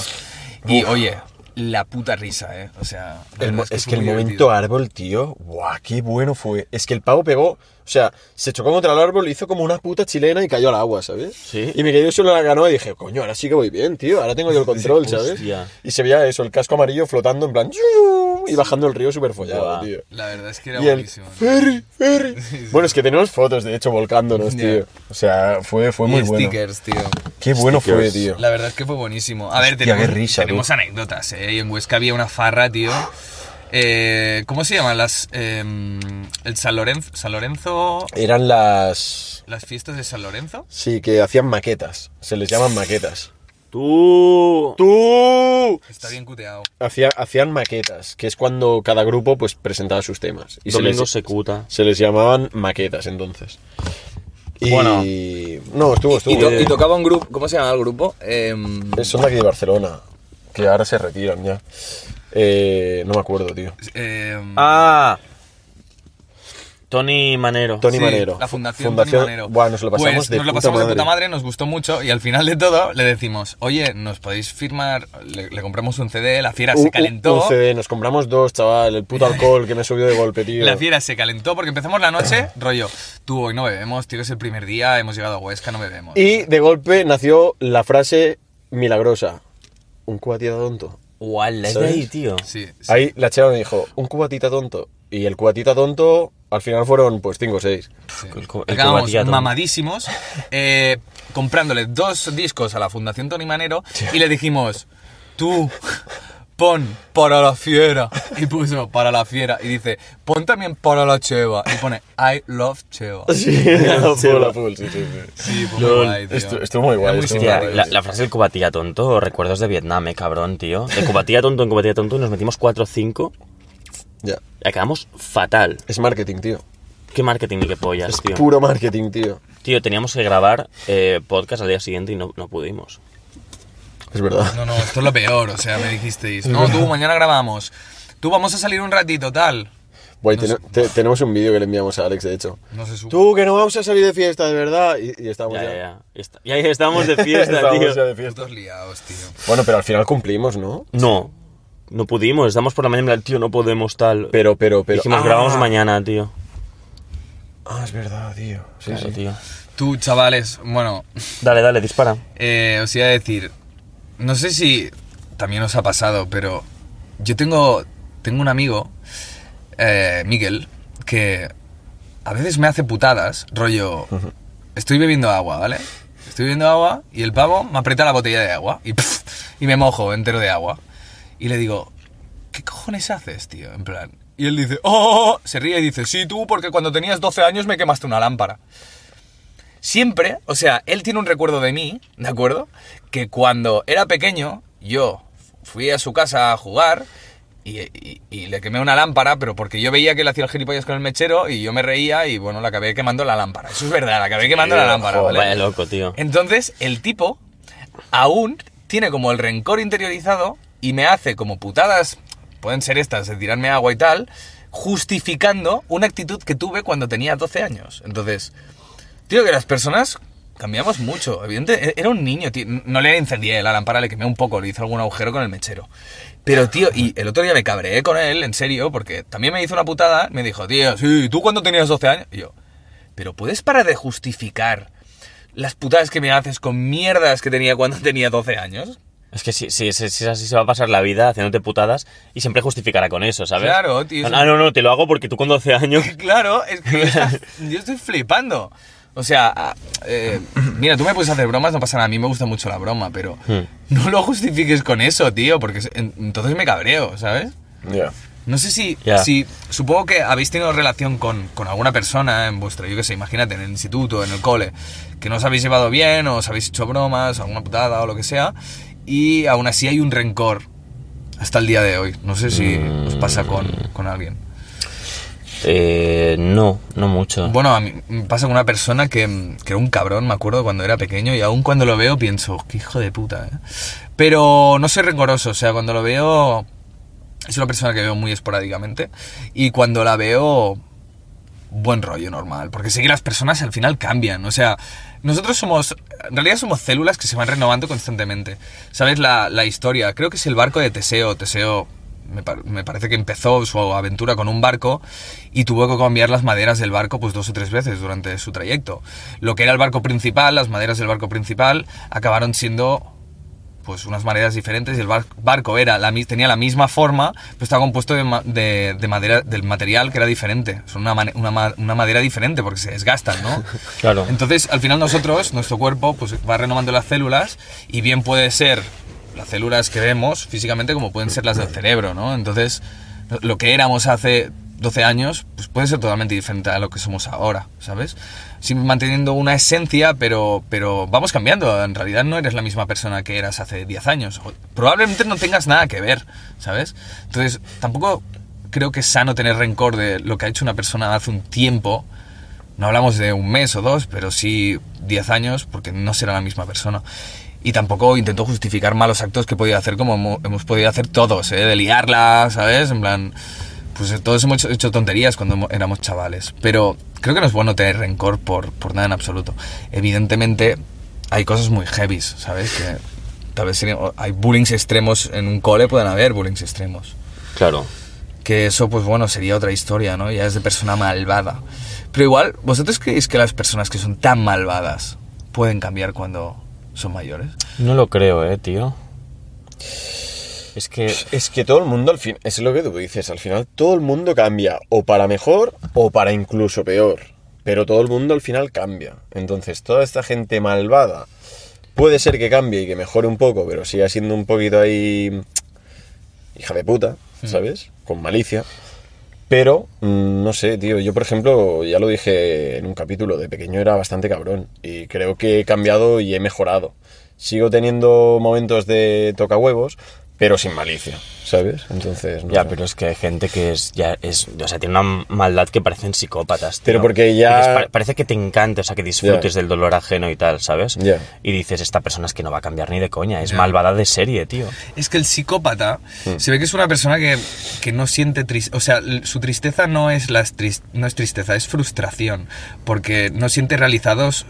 Y oye, la puta risa, ¿eh? O sea, la El verdad mo- es, fue que el muy momento divertido. árbol, tío, guau, qué bueno fue. Es que el pavo pegó, o sea, se chocó contra el árbol, hizo como una puta chilena y cayó al agua, ¿sabes? Sí. Y me quedé solo en la canoa y dije, coño, ahora sí que voy bien, tío, ahora [laughs] tengo yo el control, ¿sabes? hostia. Y se veía eso, el casco amarillo flotando en plan, ¡yu! y bajando el río súper follado, Guau. tío. La verdad es que era Y el buenísimo. tío. ferry, ferry. [laughs] Bueno, es que tenemos fotos, de hecho, volcándonos, Ya. tío. O sea, fue, fue muy y bueno. stickers, tío. Qué bueno fue, Stickers. tío. La verdad es que fue buenísimo. A ver, Hostia, tenemos, qué risa, tú. tenemos anécdotas, ¿eh? Y en Huesca había una farra, tío. Eh, ¿Cómo se llaman las...? eh, el San Lorenzo, San Lorenzo... Eran las... ¿Las fiestas de San Lorenzo? Sí, que hacían maquetas. Se les llaman maquetas. Tú. ¡Tú! Está bien cuteado. Hacía- hacían maquetas, que es cuando cada grupo pues presentaba sus temas. Y se Domingo les, se cuta. se les llamaban maquetas entonces. Y... Bueno. No, estuvo, estuvo. bien. tocaba un grupo... ¿Cómo se llama el grupo? Em, Eh, Son de aquí de Barcelona, que ahora se retiran ya. Eh, no me acuerdo, tío. Em, Ah. Tony Manero. Tony Sí, Manero. La fundación, Fundación- Tony Manero. Buah, nos lo pasamos Pues, de nos lo puta pasamos de madre. puta madre, nos gustó mucho y al final de todo le decimos, oye, ¿nos podéis firmar? Le, le compramos un CD, la fiera Un- se un- calentó. un CD, nos compramos dos, chaval. El puto alcohol que me subió de golpe, tío. La fiera se calentó porque empezamos la noche, rollo, tú hoy no bebemos, tío, es el primer día, hemos llegado a Huesca, no bebemos. Y de golpe nació la frase milagrosa. Un cubatita tonto. Uala, es de ¿Sabes? ahí, tío. Sí, sí. Ahí la chava me dijo, un cubatita tonto. Y el cubatita tonto al final fueron pues 5 o [laughs] 6. sí. El cu- el Acabamos cubatilla tonto. mamadísimos, eh, comprándole dos discos a la Fundación Tony Manero y le dijimos, tú, pon para la fiera. Y puso para la fiera. Y dice, pon también para la cheva. Y pone, I love cheva. Sí, la full, la full, sí, sí, sí. Sí, fue muy Lol, guay, tío. estu- estuvo muy Era guay, estuvo muy Hostia, guay. simpático. la, la frase del cubatilla tonto, recuerdos de Vietnam, eh, cabrón, tío. De cubatilla tonto en cubatilla tonto y nos metimos 4 o 5 Ya. Acabamos fatal. Es marketing, tío. ¿Qué marketing ni qué pollas, Es tío? puro marketing, tío. Tío, teníamos que grabar eh, podcast al día siguiente y no, no pudimos. Es verdad. No, no, esto es lo peor, o sea, me dijisteis, no, tú, mañana grabamos, tú vamos a salir un ratito, tal. Guay, ten- te- tenemos un vídeo que le enviamos a Alex, de hecho. No se supo. Tú, que no vamos a salir de fiesta, de verdad. Y, y estábamos ya. Ya, ya, ya. Está- ya estábamos de [laughs] fiesta, Estábamos tío. ya de fiesta. Putos liados, tío. Bueno, pero al final cumplimos, ¿no? No, no pudimos. Estamos por la mañana en plan, tío, no podemos tal. Pero, pero, pero. Dijimos, ah, grabamos mañana, tío. Ah, es verdad, tío. Sí, Claro, sí. tío. Tú, chavales, bueno, Dale, dale, dispara. eh, os iba a decir, no sé si también os ha pasado, pero yo tengo, tengo un amigo, eh, Miguel, que a veces me hace putadas, rollo, estoy bebiendo agua, ¿vale? Estoy bebiendo agua y el pavo me aprieta la botella de agua y, [laughs] pf, y me mojo entero de agua. Y le digo, ¿qué cojones haces, tío? En plan. Y él dice, "Oh, oh, oh", se ríe y dice, sí, tú, porque cuando tenías 12 años me quemaste una lámpara. Siempre, o sea, él tiene un recuerdo de mí, ¿de acuerdo? Que cuando era pequeño, yo fui a su casa a jugar y, y- y le quemé una lámpara, pero porque yo veía que él hacía el gilipollas con el mechero y yo me reía y bueno, la acabé quemando la lámpara. Eso es verdad, la acabé quemando la lámpara, Joder, ¿vale? Vaya loco, tío. Entonces, el tipo aún tiene como el rencor interiorizado y me hace como putadas, pueden ser estas, de tirarme agua y tal, justificando una actitud que tuve cuando tenía 12 años. Entonces, tío, que las personas cambiamos mucho. Evidente, e-, era un niño, tío. No le incendié la lámpara, le quemé un poco, le hice algún agujero con el mechero. Pero, tío, y el otro día me cabreé con él, en serio, porque también me hizo una putada. Me dijo, tío, sí, ¿tú cuando tenías 12 años? Y yo, pero ¿puedes parar de justificar las putadas que me haces con mierdas que tenía cuando [laughs] tenía 12 años? Es que si, si, si- si es así se va a pasar la vida haciéndote putadas y siempre justificará con eso, ¿sabes? Claro, tío, es Ah, no, no, te lo hago porque tú con [laughs] 12 años... Claro, es que yo, está- yo estoy flipando. O sea, ah, eh, mira, tú me puedes hacer bromas, no pasa nada. A mí me gusta mucho la broma, pero no lo justifiques con eso, tío, porque es- en- entonces me cabreo, ¿sabes? Ya. No sé si, Ya. si supongo que habéis tenido relación con, con alguna persona en vuestra, yo qué sé, imagínate, en el instituto, en el cole, que no os habéis llevado bien, o os habéis hecho bromas, alguna putada o lo que sea, y aún así hay un rencor hasta el día de hoy. No sé si os pasa con, con alguien. Eh, no, no mucho. Bueno, a mí me pasa con una persona que, mm, que era un cabrón, me acuerdo cuando era pequeño, y aún cuando lo veo pienso, qué hijo de puta, ¿eh? Pero no soy rencoroso, o sea, cuando lo veo. Es una persona que veo muy esporádicamente, y cuando la veo. Buen rollo normal, porque sé que las personas al final cambian, o sea, nosotros somos, en realidad somos células que se van renovando constantemente. ¿Sabes la, la historia? Creo que es el barco de Teseo. Teseo me, par- me parece que empezó su aventura con un barco y tuvo que cambiar las maderas del barco pues dos o tres veces durante su trayecto. Lo que era el barco principal, las maderas del barco principal, acabaron siendo pues unas maderas diferentes y el bar- barco era la, mi- tenía la misma forma, pero estaba compuesto de, ma- de- de madera, del material que era diferente. Es una, mane- una ma- una madera diferente porque se desgastan, ¿no? Claro. Entonces, al final nosotros, nuestro cuerpo, pues va renovando las células y bien puede ser las células que vemos físicamente como pueden ser las del cerebro, ¿no? Entonces, lo- lo que éramos hace 12 años, pues puede ser totalmente diferente a lo que somos ahora, ¿sabes? Siempre manteniendo una esencia, pero, pero vamos cambiando. En realidad no eres la misma persona que eras hace 10 años. O- Probablemente no tengas nada que ver, ¿sabes? Entonces, tampoco creo que es sano tener rencor de lo que ha hecho una persona hace un tiempo, no hablamos de un mes o dos, pero sí 10 años, porque no será la misma persona. Y tampoco intento justificar malos actos que he podido hacer como hemo- hemos podido hacer todos, ¿eh? de liarla, ¿sabes? En plan, pues eh, todos hemos hecho, hecho tonterías cuando hemo- éramos chavales. Pero creo que no es bueno tener rencor por, por nada en absoluto. Evidentemente, hay cosas muy heavies, ¿sabes? Que tal vez serían- o hay bullings extremos en un cole, pueden haber bullings extremos. Claro. Que eso, pues bueno, sería otra historia, ¿no? Ya es de persona malvada. Pero igual, ¿vosotros creéis que las personas que son tan malvadas pueden cambiar cuando son mayores? No lo creo, eh, tío. Es [laughs] que... Es que todo el mundo, al fin, es lo que tú dices, al final todo el mundo cambia, o para mejor o para incluso peor. Pero todo el mundo al final cambia. Entonces, toda esta gente malvada puede ser que cambie y que mejore un poco, pero siga siendo un poquito ahí. hija de puta, Hmm. ¿sabes? Con malicia. Pero, mm, no sé, tío, yo por ejemplo, ya lo dije en un capítulo, de pequeño era bastante cabrón y creo que he cambiado y he mejorado. Sigo teniendo momentos de tocahuevos, pero sin malicia, ¿sabes? Entonces, no Ya, sé. pero es que hay gente que es, ya es, o sea, tiene una maldad que parecen psicópatas. tío. Pero porque ya- Dices, "Pa- parece que te encanta, o sea, que disfrutes Ya. del dolor ajeno y tal, ¿sabes? Ya. Y dices, esta persona es que no va a cambiar ni de coña, es malvada de serie, tío. Es que el psicópata se ve que es una persona que, que no siente tristeza. O sea, l- su tristeza no es, las tris- no es tristeza, es frustración. Porque no siente realizados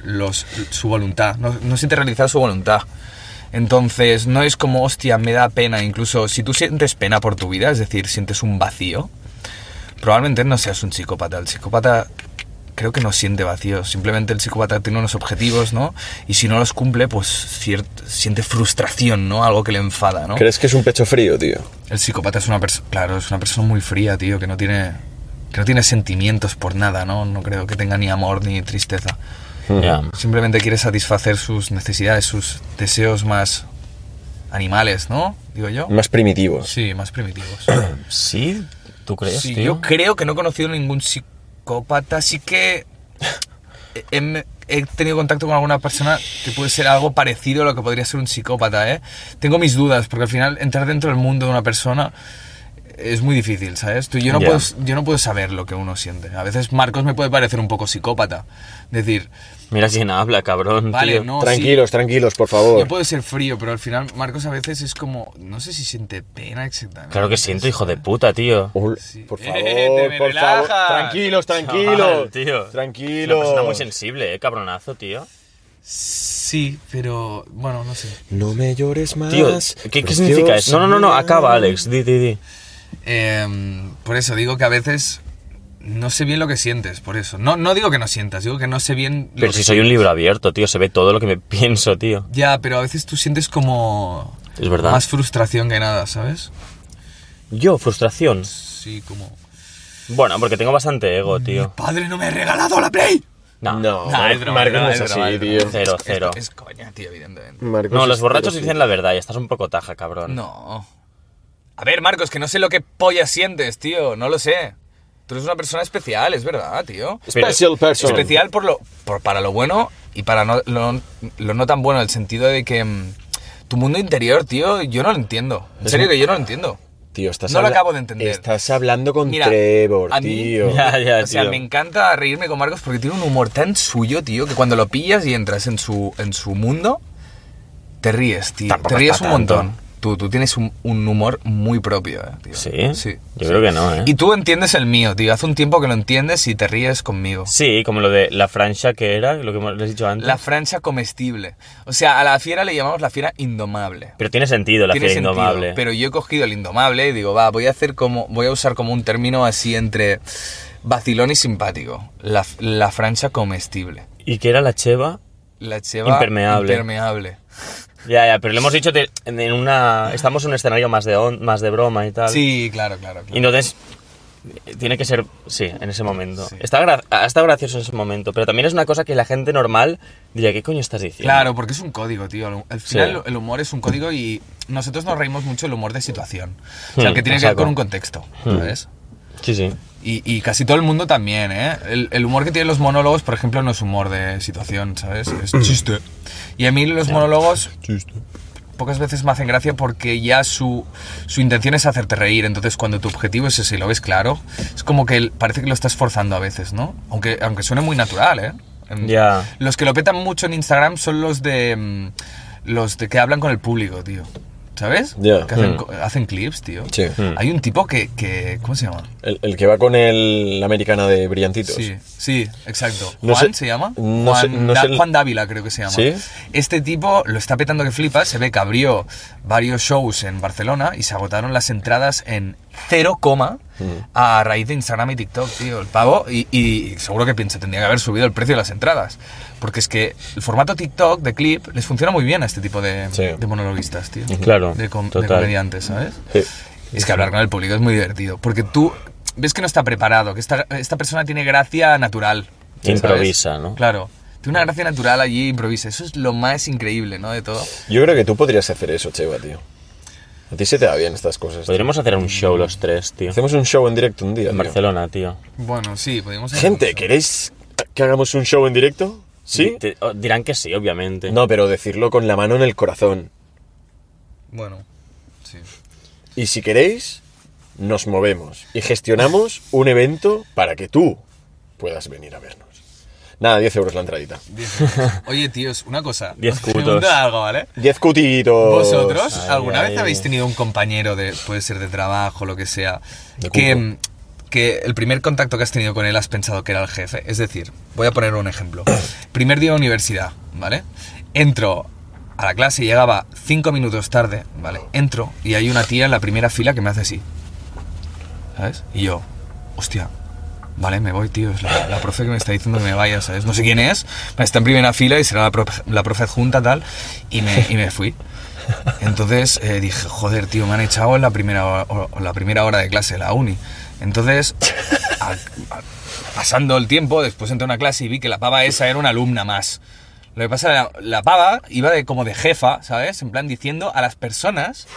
los, su voluntad. No, no siente realizada su voluntad. Entonces, no es como, hostia, me da pena. Incluso si tú sientes pena por tu vida, es decir, sientes un vacío, probablemente no seas un psicópata. El psicópata creo que no siente vacío. Simplemente el psicópata tiene unos objetivos, ¿no? Y si no los cumple, pues cier- siente frustración, ¿no? Algo que le enfada, ¿no? ¿Crees que es un pecho frío, tío? El psicópata es una persona, claro, es una persona muy fría, tío, que no tiene que no tiene sentimientos por nada, ¿no? No creo que tenga ni amor ni tristeza. Ya. Simplemente quiere satisfacer sus necesidades, sus deseos más animales, ¿no? Digo yo. Hmm. Mm. Más primitivo. Sí, más primitivos. ¿Sí? ¿Tú [coughs] crees, Sí, tío? yo creo que no he conocido ningún psicópata, sí que he, he tenido contacto con alguna persona que puede ser algo parecido a lo que podría ser un psicópata, ¿eh? Tengo mis dudas, porque al final entrar dentro del mundo de una persona es muy difícil, ¿sabes? Tú, yo, no Ya. puedo, yo no puedo saber lo que uno siente. A veces Marcos me puede parecer un poco psicópata. Decir, Mira quién habla, cabrón, vale, tío. no, sí, tranquilos, tranquilos, por yo favor. puedo ser frío, pero al final Marcos a veces es como, no sé si siente pena exactamente. Claro que siento, hijo de puta, tío. Ol- Sí. Por Eh, favor, te me por favor. relajas. Tranquilos, [laughs] tranquilos. Chaval, tío. Es una Tranquilos. persona muy sensible, eh, cabronazo, tío. Sí, pero bueno, no sé. No me llores más. Tío, ¿qué, qué significa eso? No, no, no, no, acaba, Alex. Di, di, di. Eh, por eso digo que a veces no sé bien lo que sientes, por eso. No, no digo que no sientas, digo que no sé bien lo Pero que si soy un libro abierto, tío, se ve todo lo que me [laughs] pienso, tío. Ya, pero a veces tú sientes como Es verdad. más frustración que nada, ¿sabes? Yo, frustración. Sí, como... Bueno, porque tengo bastante ego, tío. ¡Padre, no me ha regalado la Play! No, No, Nah, Mm. es broma, Marcos no es es broma, así, es broma. tío. cero, Es- cero. Es, coña, tío, evidentemente. Marcos No, es los borrachos cero, sí. dicen la verdad y estás un poco taja, cabrón. No. A ver, Marcos, que no sé lo que polla sientes, tío. No lo sé. Tú eres una persona especial, es verdad, tío. Pero- Special person. Especial por lo, por, para lo bueno y para no- lo, lo no tan bueno, en el sentido de que mm, tu mundo interior, tío, yo no lo entiendo. En serio que yo no lo entiendo. Tío, estás No lo habla- acabo de entender. Estás hablando con Mira, Trevor, a mí- [laughs] tío. Ya, ya, o sea, tío. me encanta reírme con Marcos porque tiene un humor tan suyo, tío, que cuando lo pillas y entras en su, en su mundo, te ríes, tío. Tampoco te ríes es un pa' tanto. montón. Tú, tú tienes un, un humor muy propio, eh, tío. ¿Sí? Sí. Yo creo que no, ¿eh? Y tú entiendes el mío, tío. Hace un tiempo que lo entiendes y te ríes conmigo. Sí, como lo de la francha que era, lo que hemos- les he dicho antes. La francha comestible. O sea, a la fiera le llamamos la fiera indomable. Pero tiene sentido la Tiene fiera sentido, indomable. Pero yo he cogido el indomable y digo, va, voy a hacer como. Voy a usar como un término así entre vacilón y simpático. La, la francha comestible. ¿Y que era la cheva? La cheva Impermeable. impermeable. Ya, ya, pero lo hemos dicho de- en una... Estamos en un escenario más de, on- más de broma y tal. Sí, claro, claro. Y claro. entonces, eh, tiene que ser, sí, en ese momento. Está, gra- ha estado gracioso en ese momento, pero también es una cosa que la gente normal diría, ¿qué coño estás diciendo? Claro, porque es un código, tío. Al final Sí. el humor es un código y nosotros nos reímos mucho del humor de situación. O sea, Hmm, que tiene que ver exacto. Hmm. con un contexto, ¿sabes? Sí, sí. Y, y casi todo el mundo también, ¿eh? El, el humor que tienen los monólogos, por ejemplo, no es humor de situación, ¿sabes? Es chiste. Y a mí los monólogos pocas veces me hacen gracia porque ya su, su intención es hacerte reír. Entonces, cuando tu objetivo es ese y lo ves claro, es como que el- parece que lo estás forzando a veces, ¿no? Aunque, aunque suene muy natural, ¿eh? En- Ya. Los que lo petan mucho en Instagram son los de... mm, Los de que hablan con el público, tío. ¿Sabes? Ya. Que hacen, Mm. co- hacen clips, tío. Sí. Hay un tipo que, que... ¿Cómo se llama? El, el que va con el, la americana de brillantitos. Sí, sí, exacto. No Juan sé- se llama. no Juan, sé- no Da- sé el- Juan Dávila creo que se llama. ¿Sí? Este tipo lo está petando que flipa, se ve que abrió varios shows en Barcelona y se agotaron las entradas en cero coma Mm. a raíz de Instagram y TikTok, tío, el pavo. Y, y seguro que piensa, tendría que haber subido el precio de las entradas. Porque es que el formato TikTok de clip les funciona muy bien a este tipo de, Sí. de monologuistas, tío. Claro, De, com- de total. comediantes, ¿sabes? Sí. Es que hablar con el público es muy divertido, porque tú ves que no está preparado, que esta, esta persona tiene gracia natural. ¿sabes? Improvisa, ¿no? Claro. Tiene una gracia natural allí, improvisa. Eso es lo más increíble, ¿no? De todo. Yo creo que tú podrías hacer eso, Cheva, tío. A ti se te da bien estas cosas. tío. Podríamos hacer un show los tres, tío. Hacemos un show en directo un día. En tío. Barcelona, tío. Bueno, sí, podríamos... hacer Gente, eso. ¿queréis que hagamos un show en directo? ¿Sí? Di- te- o- dirán que sí, obviamente. No, pero decirlo con la mano en el corazón. Bueno. Sí. Y si queréis, nos movemos y gestionamos un evento para que tú puedas venir a vernos. Nada, 10 euros la entradita. [laughs] Oye, tíos, una cosa. [laughs] Diez Os cutos. pregunto algo, ¿vale? 10 cutitos. ¿Vosotros Ay, alguna ay. vez habéis tenido un compañero de, puede ser de trabajo, lo que sea, De que, cuco. mm, que el primer contacto que has tenido con él has pensado que era el jefe? Es decir, voy a poner un [clears throat] ejemplo. Primer día de universidad, ¿vale? Entro a la clase, llegaba cinco minutos tarde, ¿vale? Entro y hay una tía en la primera fila que me hace así. ¿Sabes? Y yo, hostia, vale, me voy, tío, es la, la profe que me está diciendo que me vaya, ¿sabes? No sé quién es, está en primera fila y será la profe, la profe adjunta, tal, y me, y me fui. Entonces eh, dije, joder, tío, me han echado en la primera, hora- o- o la primera hora de clase, la uni. Entonces, a- a- pasando el tiempo, después entré a una clase y vi que la pava esa era una alumna más. Lo que pasa era, la pava iba de, como de jefa, ¿sabes? En plan diciendo a las personas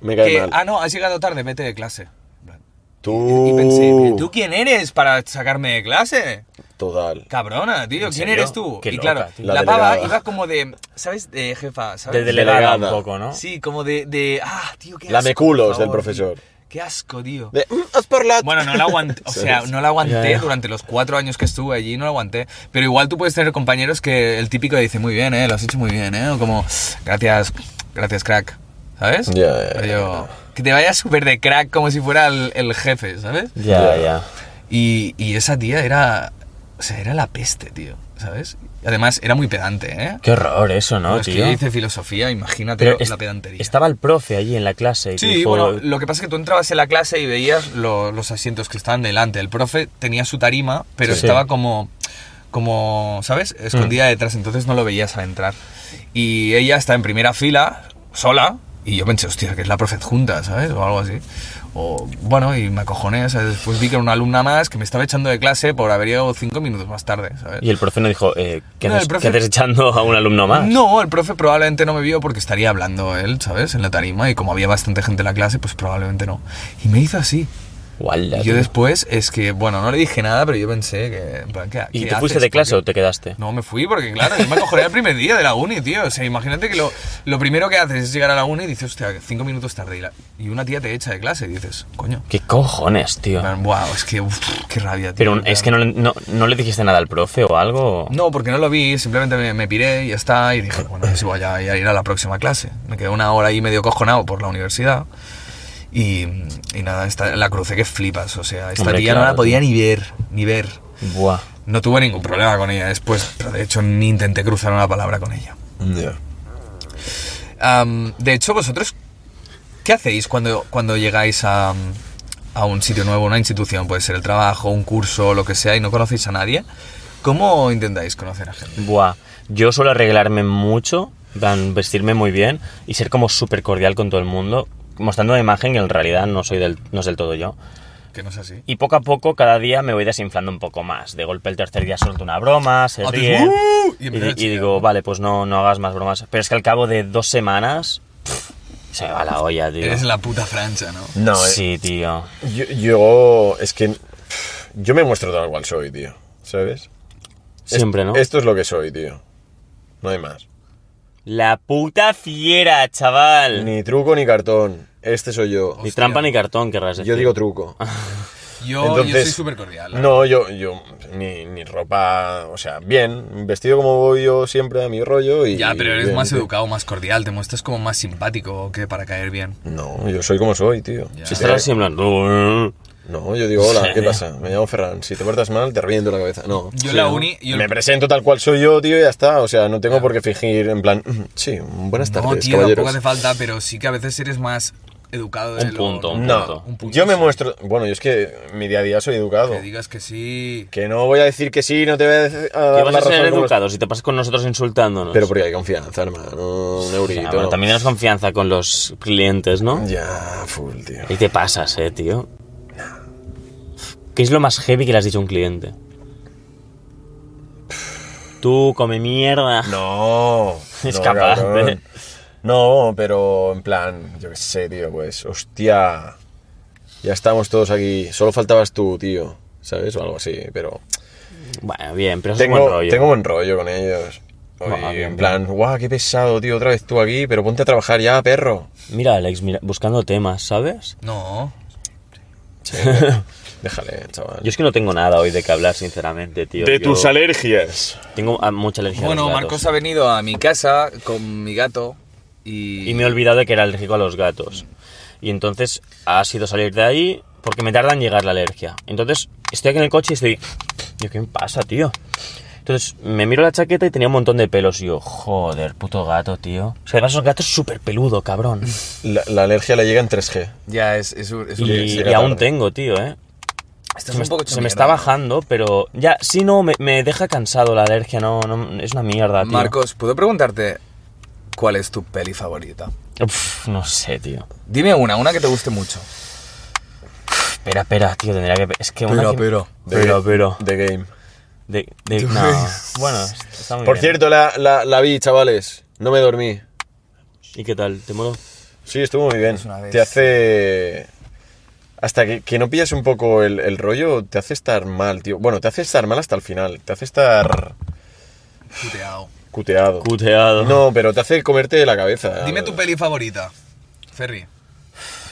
Me cae que, mal. ah, no, has llegado tarde, vete de clase. En plan, Tú. y pensé, Uh. "¿Pero ¿tú quién eres para sacarme de clase? Total. Cabrona, tío, ¿En ¿quién serio? eres tú? Qué y loca, claro, tío. La la, pava delegada. iba como de, ¿sabes? De jefa, ¿sabes? De delegada un Delegada. poco, ¿no? Sí, como de, de, ah, tío, qué asco. Lameculos por favor, del profesor. tío. Qué asco, tío. De, "Mm, has parlat". Bueno, no la aguanté, [laughs] [laughs] o sea, ¿Sabes? no la aguanté Ya, ya. durante los cuatro años que estuve allí, no la aguanté. Pero igual tú puedes tener compañeros que el típico dice, muy bien, eh, lo has hecho muy bien, eh, o como, gracias, gracias, crack, ¿sabes? Ya, ya, ya. Rollo, que te vayas súper de crack como si fuera el, el jefe, ¿sabes? Ya, Ya. ya. Y, y esa tía era, o sea, era la peste, tío, ¿sabes? Además, era muy pedante, ¿eh? Qué horror eso, ¿no, es que tío? yo hice filosofía, imagínate Pero lo- es- la pedantería. Estaba el profe allí en la clase y Sí, dijo, bueno, lo que pasa es que tú entrabas en la clase y veías lo- los asientos que estaban delante. El profe tenía su tarima, pero Sí. Mm. estaba como, como, ¿sabes? Escondida detrás, entonces no lo veías al entrar. Y ella está en primera fila, sola, y yo pensé, hostia, que es la profe adjunta, ¿sabes? O algo así. O, bueno, y me acojoné, ¿sabes? Después vi que era una alumna más que me estaba echando de clase por haber llegado cinco minutos más tarde, ¿sabes? Y el profe no dijo, eh, ¿qué, No, haces, el profe- qué haces echando a un alumno más? No, el profe probablemente no me vio porque estaría hablando él, ¿sabes? En la tarima y como había bastante gente en la clase, pues probablemente no. Y me hizo así. Guala, Y tío. yo después, es que, bueno, no le dije nada, pero yo pensé que, en plan, ¿qué, ¿Y qué te fuiste haces? de clase o Porque- te quedaste? No, me fui porque, claro, yo me acojoné el primer día de la uni, tío. O sea, imagínate que lo, lo primero que haces es llegar a la uni y dices, hostia, cinco minutos tarde. Y, la- y una tía te echa de clase y dices, coño. ¿Qué cojones, tío? En plan, Guau, es que, uf, qué rabia, tío. Pero En plan, es que no, le- no, no le dijiste nada al profe o algo. No, porque no lo vi, simplemente me, me piré y ya está. Y dije, bueno, pues igual ya, ya ir a la próxima clase. Me quedé una hora y medio cojonado por la universidad. Y, y nada, esta- la crucé que flipas. O sea, esta Hombre, tía no claro, la podía ni ver, ni ver. Buah. No tuve ningún problema con ella después, pero de hecho ni intenté cruzar una palabra con ella. Ya. Am, de hecho, vosotros, ¿qué hacéis cuando, cuando llegáis a, a un sitio nuevo, una institución? Puede ser el trabajo, un curso, lo que sea, y no conocéis a nadie. ¿Cómo intentáis conocer a gente? Buah. Yo suelo arreglarme mucho, en plan, vestirme muy bien y ser como súper cordial con todo el mundo, mostrando una imagen que en realidad no, soy del, no es del todo yo. Que no es así. Y poco a poco, cada día me voy desinflando un poco más. De golpe, el tercer día suelto una broma, se Ah, dices, ríen. "Uh", y Y, empiezas a di- y chillar, digo, vale, pues no, no hagas más bromas. Pero es que al cabo de dos semanas, pff, se me va la olla, tío. Eres la puta francha, ¿no? No, eh, Sí, tío. yo, yo- Es que. Yo me muestro tal cual soy, tío. ¿Sabes? Es- Siempre, ¿no? Esto es lo que soy, tío. No hay más. La puta fiera, chaval. Ni, Ni truco ni cartón. Este soy yo. Hostia. trampa ni cartón, querrás decir. Yo digo truco. Yo, yo soy Entonces, súper cordial. No, yo, yo ni, ni ropa, o sea, bien, vestido como voy yo siempre a mi rollo y... Ya, pero eres bien, más tío. educado, más cordial, te muestras como más simpático que para caer bien. No, yo soy como soy, tío. Ya. Si Si te- estás así en plan, "Uh, No, yo digo, hola, ¿qué serio? pasa? Me llamo Ferran, si te portas mal te reviento la cabeza. No. Yo Sí, la ¿no? uni- yo- Me presento tal cual soy yo, tío, y ya está. O sea, no tengo por qué fingir en plan... "Mm, Sí, buenas tardes, no, tío, caballeros. tampoco hace falta, pero sí que a veces eres más educado de Un lo- punto, un No, punto. Un punto, yo me sí. muestro... Bueno, yo es que mi día a día soy educado. Que digas que sí. Que no voy a decir que sí, no te voy a decir... a ¿Qué dar vas la a ser razón como los- educado si te pasas con nosotros insultándonos? Pero porque hay confianza, hermano, un O sea, eurito. bueno, también tienes confianza con los clientes, ¿no? Ya, full, tío. Y te pasas, eh, tío. ¿Qué es lo más heavy que le has dicho a un cliente? Tú, come mierda. No. [laughs] Es no, capaz, cabrón. ¿eh? No, pero en plan, yo qué sé, tío, pues, hostia. Ya estamos todos aquí. Solo faltabas tú, tío. ¿Sabes? O algo así, pero. Bueno, bien, pero eso es Tengo buen rollo. tengo buen rollo con ellos. Hoy, Ah, bien, en plan, guau, qué pesado, tío, otra vez tú aquí, pero ponte a trabajar ya, perro. Mira, Alex, mira, buscando temas, ¿sabes? No. Sí, déjale, chaval. Yo es que no tengo nada hoy de qué hablar, sinceramente, tío. Yo alergias. Tengo ah, mucha alergia a Bueno, los gatos. Marcos ha venido a mi casa con mi gato y... Y me he olvidado de que era alérgico a los gatos. Y entonces ha sido salir de ahí porque me tarda en llegar la alergia. Entonces estoy aquí en el coche y estoy. Yo, ¿qué me pasa, tío? Entonces me miro la chaqueta y tenía un montón de pelos. Y yo, joder, puto gato, tío. O sea, además, el gato es súper [laughs] peludo, cabrón. La, la alergia le llega en 3G. Ya, es, es un... es un- Y, llega y aún tarde. tengo, tío, ¿eh? Estás Se me, un poco se hecho me mierda, está ¿no? bajando, pero ya, sí, no, me, me deja cansado la alergia, no, no, es una mierda, tío. Marcos, ¿puedo preguntarte cuál es tu peli favorita? Uf, no sé, tío. Dime una, una que te guste mucho. Espera, espera, tío, tendría que... Es que una Pero, que- pero. Pero, pero. The Game. De, de- no. Bueno, está muy Por bien. cierto, la, la, la vi, chavales. No me dormí. ¿Y qué tal? ¿Te moló? Sí, estuvo muy bien. una Te vez. hace... Hasta que, que no pillas un poco el, el rollo, te hace estar mal, tío. Bueno, te hace estar mal hasta el final. Te hace estar Puteado. cuteado. Cuteado. No, pero te hace comerte la cabeza. Dime tu peli favorita, Ferry.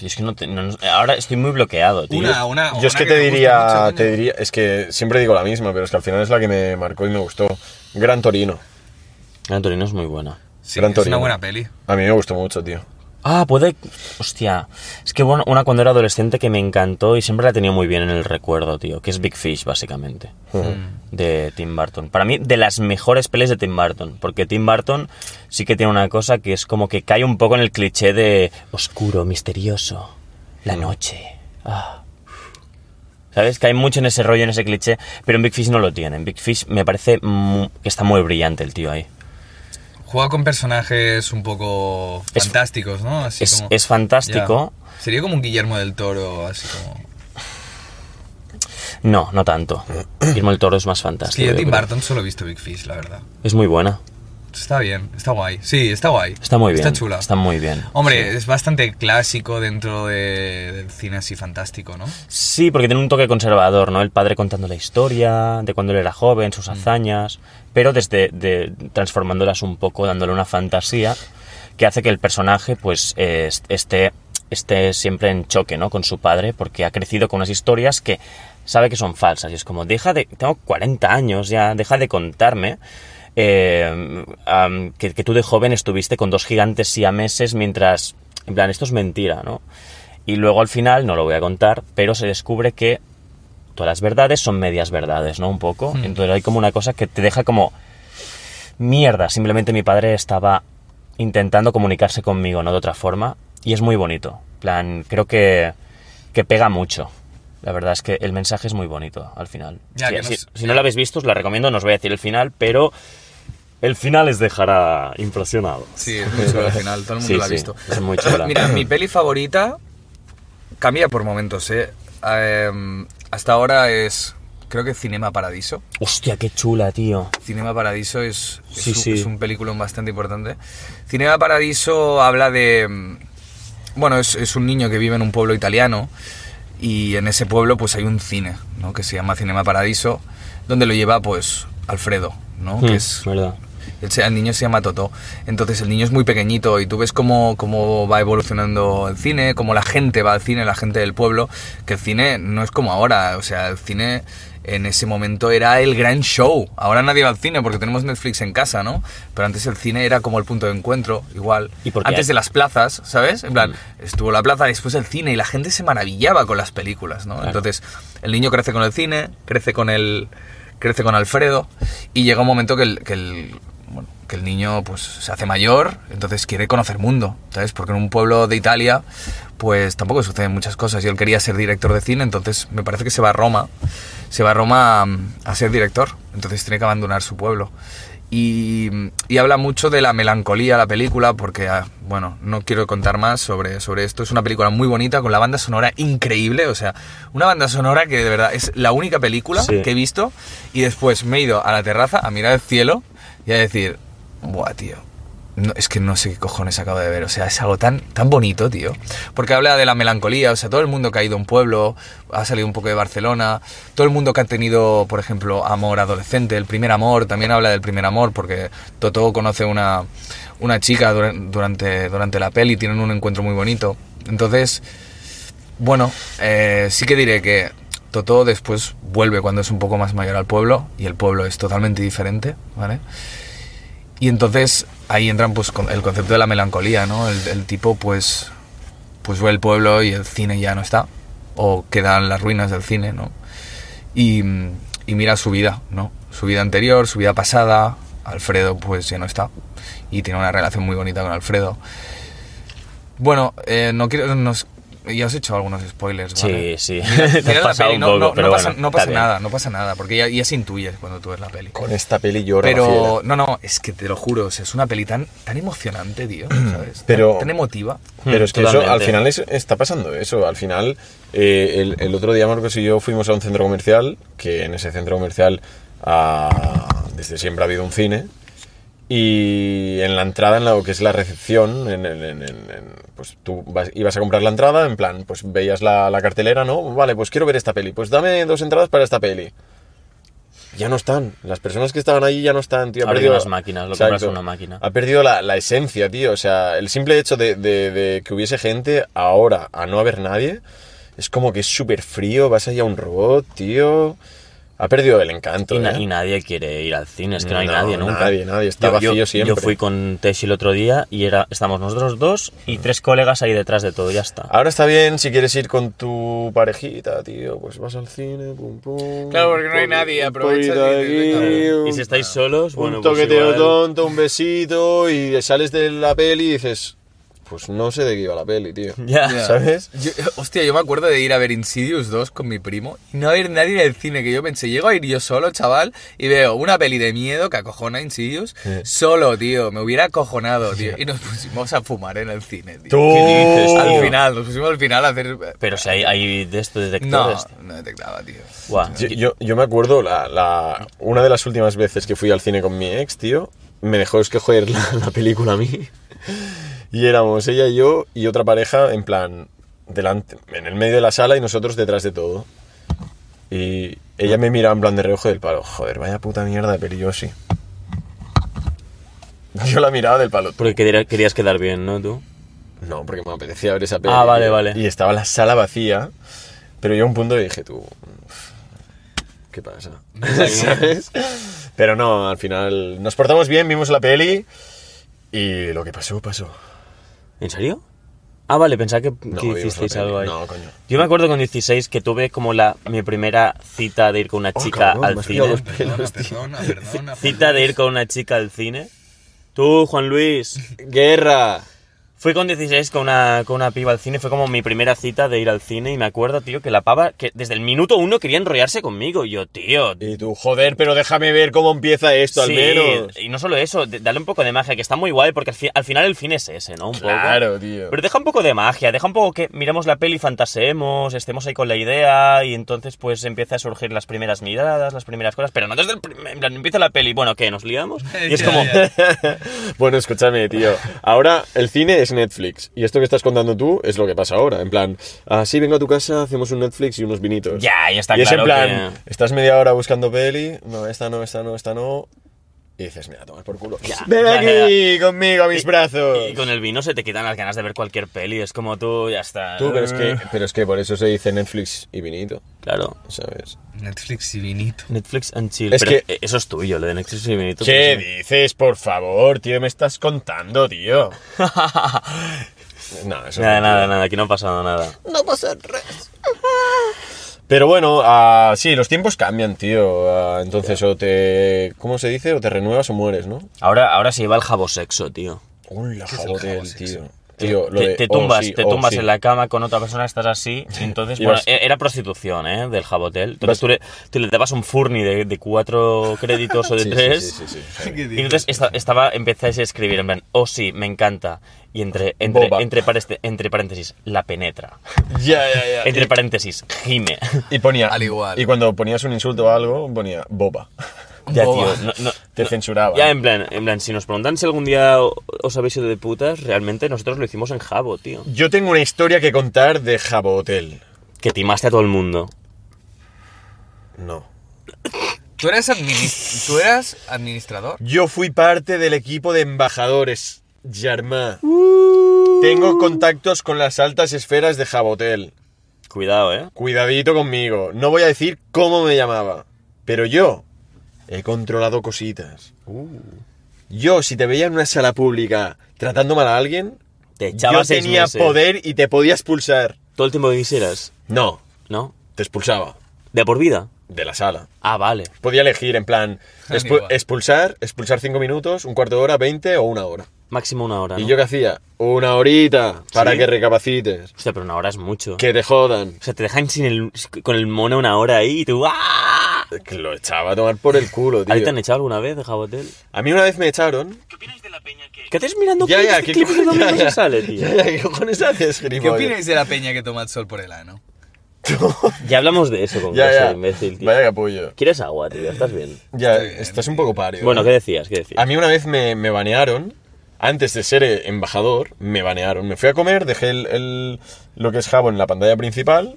Yo es que no, te- no- ahora estoy muy bloqueado, tío. Una, una. Yo es una que te guste diría, mucho, coño. te diría, es que siempre digo la misma, pero es que al final es la que me marcó y me gustó. Gran Torino. La Torino es muy buena. Sí, Gran es una Torino. buena peli. A mí me gustó mucho, tío. Ah, puede... Hostia. Es que bueno, una cuando era adolescente que me encantó y siempre la he tenido muy bien en el recuerdo, tío. Que es Big Fish, básicamente. Mm. De Tim Burton. Para mí, de las mejores pelis de Tim Burton. Porque Tim Burton sí que tiene una cosa que es como que cae un poco en el cliché de oscuro, misterioso. La Mm. noche. Ah. ¿Sabes? Cae mucho en ese rollo, en ese cliché. Pero en Big Fish no lo tiene. En Big Fish me parece mu- que está muy brillante el tío ahí. Juega con personajes un poco Es- fantásticos, ¿no? Así es- como- es fantástico. Ya. Sería como un Guillermo del Toro, así como. No, [clears throat] no tanto. Guillermo el Toro es más Es fantástico. que yo yo Tim creo. Burton solo he visto Big Fish, la verdad. Es muy buena. Está bien, está guay. Sí, está guay. Está muy bien. Está chula. Está muy bien. Hombre, es bastante clásico dentro de- del cine así fantástico, ¿no? Sí, porque tiene un toque conservador, ¿no? El padre contando la historia, de cuando él era joven, sus hazañas, pero desde de, transformándolas un poco, dándole una fantasía que hace que el personaje pues eh, est- esté, esté siempre en choque, ¿no? Con su padre, porque ha crecido con unas historias que sabe que son falsas y es como, deja de, tengo 40 años ya, deja de contarme. eh, am, que, que tú de joven estuviste con dos gigantes siameses mientras, en plan, esto es mentira, ¿no? Y luego al final, no lo voy a contar, pero se descubre que todas las verdades son medias verdades, ¿no? Un poco. Hmm. Entonces hay como una cosa que te deja como mierda. Simplemente mi padre estaba intentando comunicarse conmigo, ¿no? De otra forma. Y es muy bonito. plan, creo que, que pega mucho. La verdad es que el mensaje es muy bonito al final. Ya, si, que no si- es- si no lo habéis visto, os la recomiendo, no os voy a decir el final, pero el final les dejará impresionados. Sí, es muy chulo al final, todo el mundo Sí, lo ha sí, visto. es muy [coughs] chula. Mira, mi peli favorita cambia por momentos, ¿eh? Em, hasta ahora es, creo que Cinema Paradiso. Hostia, qué chula, tío. Cinema Paradiso es, es Sí, un, sí. es un película bastante importante. Cinema Paradiso habla de... mm, Bueno, es, es un niño que vive en un pueblo italiano y en ese pueblo pues hay un cine, ¿no? Que se llama Cinema Paradiso, donde lo lleva pues Alfredo, ¿no? Mm, que es verdad. el, se- el niño se llama Toto. Entonces el niño es muy pequeñito y tú ves cómo, cómo va evolucionando el cine, cómo la gente va al cine, la gente del pueblo, que el cine no es como ahora. O sea, el cine en ese momento era el gran show. Ahora nadie va al cine porque tenemos Netflix en casa, ¿no? Pero antes el cine era como el punto de encuentro, igual. ¿Y por qué? antes de las plazas, ¿sabes? En plan, estuvo la plaza, después el cine y la gente se maravillaba con las películas, ¿no? Claro. Entonces el niño crece con el cine, crece con el crece con Alfredo y llega un momento que el, que el, bueno, que el niño pues, se hace mayor, entonces quiere conocer mundo, ¿sabes? Porque en un pueblo de Italia pues tampoco suceden muchas cosas y él quería ser director de cine, entonces me parece que se va a Roma, se va a Roma mm, a ser director, entonces tiene que abandonar su pueblo. Y, y habla mucho de la melancolía la película, porque, ah, bueno, no quiero contar más sobre, sobre esto. Es una película muy bonita, con la banda sonora increíble, o sea, una banda sonora que de verdad es la única película Sí. que he visto. Y después me he ido a la terraza a mirar el cielo y a decir, buah, tío, no- es que no sé qué cojones acabo de ver. O sea, es algo tan, tan bonito, tío. Porque habla de la melancolía. O sea, todo el mundo que ha ido a un pueblo, ha salido un poco de Barcelona. Todo el mundo que ha tenido, por ejemplo, amor adolescente, el primer amor. También habla del primer amor, porque Totó conoce una, una chica dura- durante, durante la peli. Tienen un encuentro muy bonito. Entonces, bueno, eh, sí que diré que Totó después vuelve cuando es un poco más mayor al pueblo. Y el pueblo es totalmente diferente, ¿vale? Y entonces ahí entran pues con- el concepto de la melancolía, ¿no? El, el tipo pues pues ve el pueblo y el cine ya no está o quedan las ruinas del cine, ¿no? Y, mm, y mira su vida, ¿no? Su vida anterior, su vida pasada, Alfredo pues ya no está y tiene una relación muy bonita con Alfredo. Bueno, eh, no quiero nos- ya os he hecho algunos spoilers, Sí, ¿vale? sí. Mira- [laughs] Te has mirad la pasado peli, un no- poco, no- no pero pasa, bueno, no pasa está bien. nada, no pasa nada, porque ya, ya se intuye cuando tú ves la peli. Con esta peli lloro. Pero Rafaela. no, no, es que te lo juro, o sea, es una peli tan, tan emocionante, tío, ¿sabes? Tan- Pero- tan, emotiva. Pero es que eso, al Totalmente. final es- está pasando eso. Al final, eh, el, el otro día Marcos y yo fuimos a un centro comercial, que en ese centro comercial ah, desde siempre ha habido un cine, y en la entrada, en lo que es la recepción, en, en- en- en- en- pues tú vas- ibas a comprar la entrada, en plan, pues veías la, la cartelera, ¿no? Vale, pues quiero ver esta peli, pues dame dos entradas para esta peli. Ya no están, las personas que estaban ahí ya no están, tío. ha Ahora hay perdido- unas máquinas, lo compras en una máquina. Ha perdido la, la esencia, tío. O sea, el simple hecho de, de- de que hubiese gente ahora a no haber nadie, es como que es súper frío, vas allá a un robot, tío. Ha perdido el encanto. Y, na- ¿eh? y nadie quiere ir al cine, es que no, hay No, nadie nunca. nadie, nadie, está vacío siempre. Yo fui con Tesh el otro día y era, estamos nosotros dos y tres colegas ahí detrás de todo, ya está. Ahora está bien si quieres ir con tu parejita, tío. Pues vas al cine, pum, pum. Claro, porque no hay nadie, aprovechas y aprovechas dices, venga, Y si estáis solos, un bueno, pues toqueteo igual- tonto, un besito y sales de la peli y dices, pues no sé de qué iba la peli, [laughs] tío. Ya. Ya. ¿Sabes? Yo- hostia, yo me acuerdo de ir a ver Insidious 2 con mi primo y no haber nadie en el cine, que yo pensé, llego a ir yo solo, chaval, y veo una peli de miedo que acojona Insidious, solo, tío, me hubiera acojonado, tío. Y nos pusimos a fumar en el cine, tío. Tú. ¿Qué dices, Al tío? final, nos pusimos al final a hacer... Pero si hay, hay de estos no, detectores. no detectaba, tío. Buah, Yo, yo- yo me acuerdo, la, la- una de las últimas veces que fui al cine con mi ex, tío, me dejó escoger la, la película a mí. [laughs] Y éramos ella y yo y otra pareja en plan, delante, en el medio de la sala y nosotros detrás de todo. Y ella me miraba en plan de reojo del palo, joder, vaya puta mierda de peli, yo sí. [laughs] Yo la miraba del palo, Porque quería- querías quedar bien, ¿no? Tú. no, porque me apetecía ver esa peli. Ah, vale, tío. vale. Y estaba la sala vacía, pero yo a un punto dije, tú, uf, ¿qué [laughs] pasa? ¿Sabes? Pero no, al final nos portamos bien, vimos la peli y lo que pasó, pasó. ¿En serio? Ah, vale, pensaba que, No, que vimos la hicisteis peli. algo ahí. No, coño. Yo me acuerdo con 16 que tuve como la mi primera cita de ir con una chica Oh, cabrón, me al has pillado cine. los [laughs] pelos, tío. Cita de ir con una chica al cine. Tú, Juan Luis. ¡Guerra! Fui con 16 con una, con una piba al cine, fue como mi primera cita de ir al cine y me acuerdo, tío, que la pava, que desde el minuto uno quería enrollarse conmigo. Y yo, tío, Y tú, joder, pero déjame ver cómo empieza esto, al sí. menos. Y no solo eso, de- dale un poco de magia, que está muy guay, porque al, fi- al final el fin es ese, ¿no? Un Claro, poco. tío. Pero deja un poco de magia, deja un poco que miremos la peli, fantaseemos, estemos ahí con la idea, y entonces pues empieza a surgir las primeras miradas, las primeras cosas, pero no desde el primer, en plan, empieza la peli, bueno, ¿qué? [laughs] ¿Nos liamos? Y es Ya, como, ya. [laughs] Bueno, escúchame, tío. Ahora el cine es Netflix. Y esto que estás contando tú es lo que pasa ahora. En plan, así vengo a tu casa, hacemos un Netflix y unos vinitos. [laughs] ya, ya está y es claro en plan, que- estás media hora buscando peli, no, esta no, esta no, esta no. Y dices, mira, tomar por culo. Ya, Ven ya, aquí conmigo a mis Y- brazos. Y con el vino se te quitan las ganas de ver cualquier peli, es como tú, ya está. Tú, pero es, que, pero es que por eso se dice Netflix y vinito, Claro. ¿sabes? Netflix y vinito. Netflix and chill. Es pero eh, que- Eso es tuyo, lo de Netflix y vinito. ¿Qué pero sí. dices? Por favor, tío, me estás contando, tío. no, eso es [laughs] Nada, mentira. nada, nada, aquí no ha pasado nada. Pero bueno, ah, sí, los tiempos cambian, tío. Ah, entonces, o te. ¿Cómo se dice? O te renuevas o mueres, ¿no? Ahora, ahora se lleva el jabosexo, tío. Hola, es el jabotel, jabosexo? tío. Tío, lo te, de, te oh, tumbas, sí, te oh, tumbas sí. en la cama con otra persona, estás así. y Entonces, Y bueno, vas- e- era prostitución, ¿eh? Del jabotel. Entonces Vas- tú le, tú le dabas un furni de, de cuatro créditos o de Sí, sí, tres. sí, sí, sí, sí. Y entonces esta- estaba, empezáis a escribir en plan, oh sí, me encanta. Y entre, entre, Boba. entre, pareste- entre paréntesis, la penetra. [laughs] Ya, ya, ya. Entre [laughs] paréntesis, gime. Y ponía. Al igual. Y cuando ponías un insulto a algo, ponía boba. [laughs] Ya, Boba. tío, no- no- te censuraba. Ya, en plan, en plan, si nos preguntan si algún día o- os habéis ido de putas, realmente nosotros lo hicimos en Jabo, tíio. Yo tengo una historia que contar de Jabo Hotel. Que timaste a todo el mundo. No. ¿Tú eras, adminis- ¿Tú eras administrador? Yo fui parte del equipo de embajadores, Yarmá. Tengo contactos con las altas esferas de Jabotel. Cuidado, ¿eh? Cuidadito conmigo. No voy a decir cómo me llamaba. Pero yo he controlado cositas. Uh. Yo, si te veía en una sala pública tratando mal a alguien, Te yo echaba seis tenía meses. poder y te podía expulsar. Todo el tiempo que quisieras, No, ¿no? te expulsaba De por vida. de la sala. Ah, vale. Podía elegir, en plan, Da expu- igual. expulsar, expulsar cinco minutos, un cuarto de hora, 20 o una hora. Máximo una hora. ¿Y ¿no? yo qué hacía? Una horita para ¿Sí? que recapacites. Hostia, pero una hora es mucho. Que te jodan. O sea, te dejan sin el, con el mono una hora ahí y tú. ¡ah! Que Lo echaba a tomar por el culo, ¿A ti te han tío. echado alguna vez de Jabotel? A mí una vez me echaron. ¿Qué haces mirando este Ya, [laughs] ya, clips, ¿qué clips de cojones- Domingo ya, ya. [laughs] sale, tío? Ya, ya, ¿qué cojones haces, ¿Qué gilipollas? opináis de la peña que toma el sol por el ano? Ya hablamos de eso con Ya, José, ya. imbécil, tío. Vaya capullo. ¿Quieres agua, tío? ¿Estás bien? Ya, Estoy bien, estás un poco pario. Bueno, ¿eh? ¿qué decías? ¿Qué decías? A mí una vez me, me banearon. Antes de ser eh, embajador, me banearon. Me fui a comer, dejé el, el- lo que es jabón en la pantalla principal.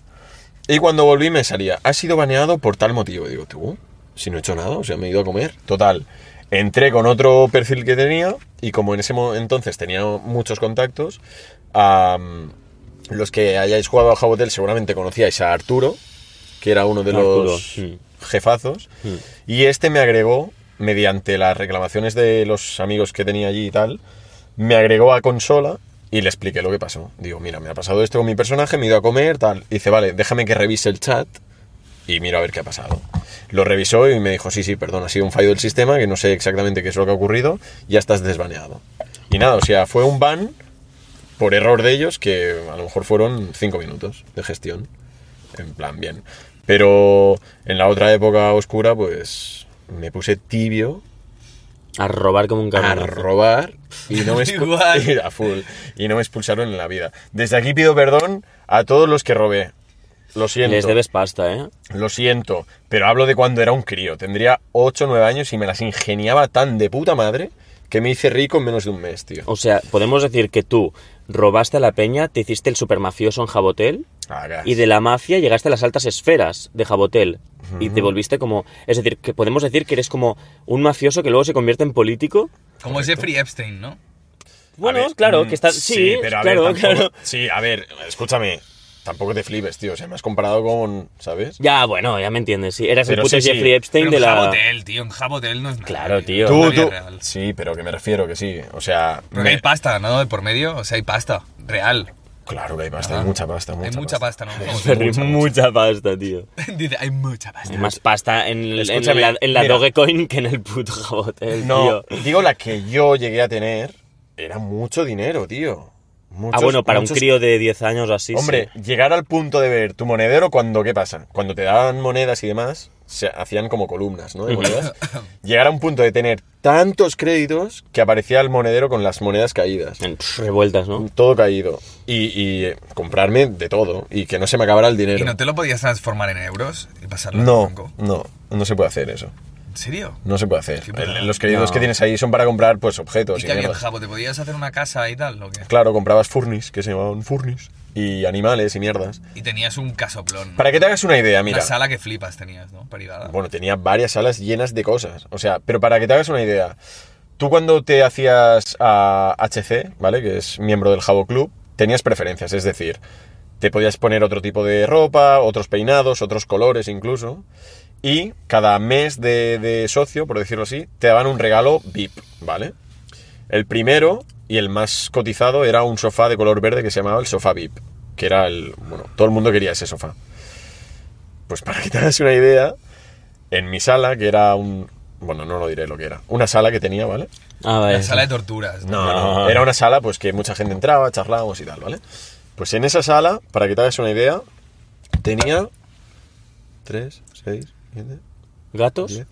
Y cuando volví me salía, has sido baneado por tal motivo. Y digo, tú, si no he hecho nada, o sea, me he ido a comer. Total. Entré con otro perfil que tenía y como en ese mo- entonces tenía muchos contactos, a los que hayáis jugado a Jabotel seguramente conocíais a Arturo, que era uno de Arturo, los sí. jefazos. Sí. Y este me agregó, mediante las reclamaciones de los amigos que tenía allí y tal, me agregó a consola y le expliqué lo que pasó. Digo, mira, me ha pasado esto con mi personaje, me he ido a comer, tal. Y dice, vale, déjame que revise el chat y miro a ver qué ha pasado. Lo revisó y me dijo, sí, sí, perdón, ha sido un fallo del sistema, que no sé exactamente qué es lo que ha ocurrido, ya estás desbaneado. Y nada, o sea, fue un ban por error de ellos, que a lo mejor fueron cinco minutos de gestión. En plan, bien. Pero en la otra época oscura, pues me puse tibio A robar como un a carnero. robar y [laughs] no me expu- Igual. [laughs] a full. y no me expulsaron en la vida. Desde aquí pido perdón a todos los que robé. Lo siento. Les debes pasta, ¿eh? Lo siento, pero hablo de cuando era un crío. Tendría 8 o 9 años y me las ingeniaba tan de puta madre que me hice rico en menos de un mes, tío. O sea, podemos decir que tú robaste a la peña, te hiciste el supermafioso en Jabotel Ah, gas. y de la mafia llegaste a las altas esferas de Jabotel y te volviste como... Es decir, que podemos decir que eres como un mafioso que luego se convierte en político. Como Jeffrey Epstein, ¿no? Bueno, A ver, claro, mm, que está... Sí, pero a claro, ver, tampoco- claro. Sí, a ver, escúchame. Tampoco te flipes, tío. O sea, me has comparado con, ¿sabes? Ya, bueno, ya me entiendes, sí. Eras Pero el puto sí, sí. Jeffrey Epstein Pero de en la... [laughs] Jabotel, tío. En Jabotel no es nada. Claro, tío. en la Tú, vida tú. real. Sí, pero que me refiero que sí. O sea, Porque me- hay pasta, ¿no? De por medio. O sea, hay pasta. Real. claro que hay pasta, hay Ah. mucha pasta, mucha hay mucha pasta, ¿no? [laughs] Como Ferry, mucha pasta, tío. [laughs] Dice, hay mucha pasta. Hay más pasta en, en Escúchame, la, en la mira. Dogecoin que en el puto Jabotel, No, tío. Ah, digo la que yo llegué a tener era mucho dinero, tío. Ah, Muchos- bueno, para muchos- un crío de 10 años o así, Hombre, sí. llegar al punto de ver tu monedero cuando, ¿qué pasa? Cuando te daban monedas y demás, se hacían como columnas, ¿no? De monedas. [laughs] llegar a un punto de tener tantos créditos que aparecía el monedero con las monedas caídas. En pff, revueltas, ¿no? Todo caído. Y, y, eh, comprarme de todo. Y que no se me acabara el dinero. ¿Y no te lo podías transformar en euros y pasarlo al no, banco? no, no se puede hacer eso. ¿En serio? No se puede hacer. Qué putada. El- los créditos No. que tienes ahí son para comprar, pues, objetos. ¿Y Y qué había en mierdas. Jabo? ¿Te podías hacer una casa y tal? ¿o qué? Claro, comprabas furnis, que se llamaban furnis. Y animales y mierdas. Y tenías un casoplón. Para que te hagas una idea, Una mira. sala que flipas tenías, ¿no? Privada. Bueno, tenía varias salas llenas de cosas. O sea, pero para que te hagas una idea, tú cuando te hacías a HC, ¿vale? Que es miembro del Jabo Club, tenías preferencias, es decir, te podías poner otro tipo de ropa, otros peinados, otros colores incluso. Y cada mes de, de socio, por decirlo así, te daban un regalo VIP, ¿vale? El primero y el más cotizado era un sofá de color verde que se llamaba el sofá VIP, que era el... Bueno, todo el mundo quería ese sofá. Pues para que te hagas una idea, en mi sala, que era un... Bueno, no lo diré lo que era. Una sala que tenía, ¿vale? Ah, vale. Una sala de torturas. No, No. no. Era una sala pues que mucha gente entraba, charlábamos y tal, ¿vale? Pues en esa sala, para que te hagas una idea, tenía... 3, 6, 7, ¿Gatos? 10...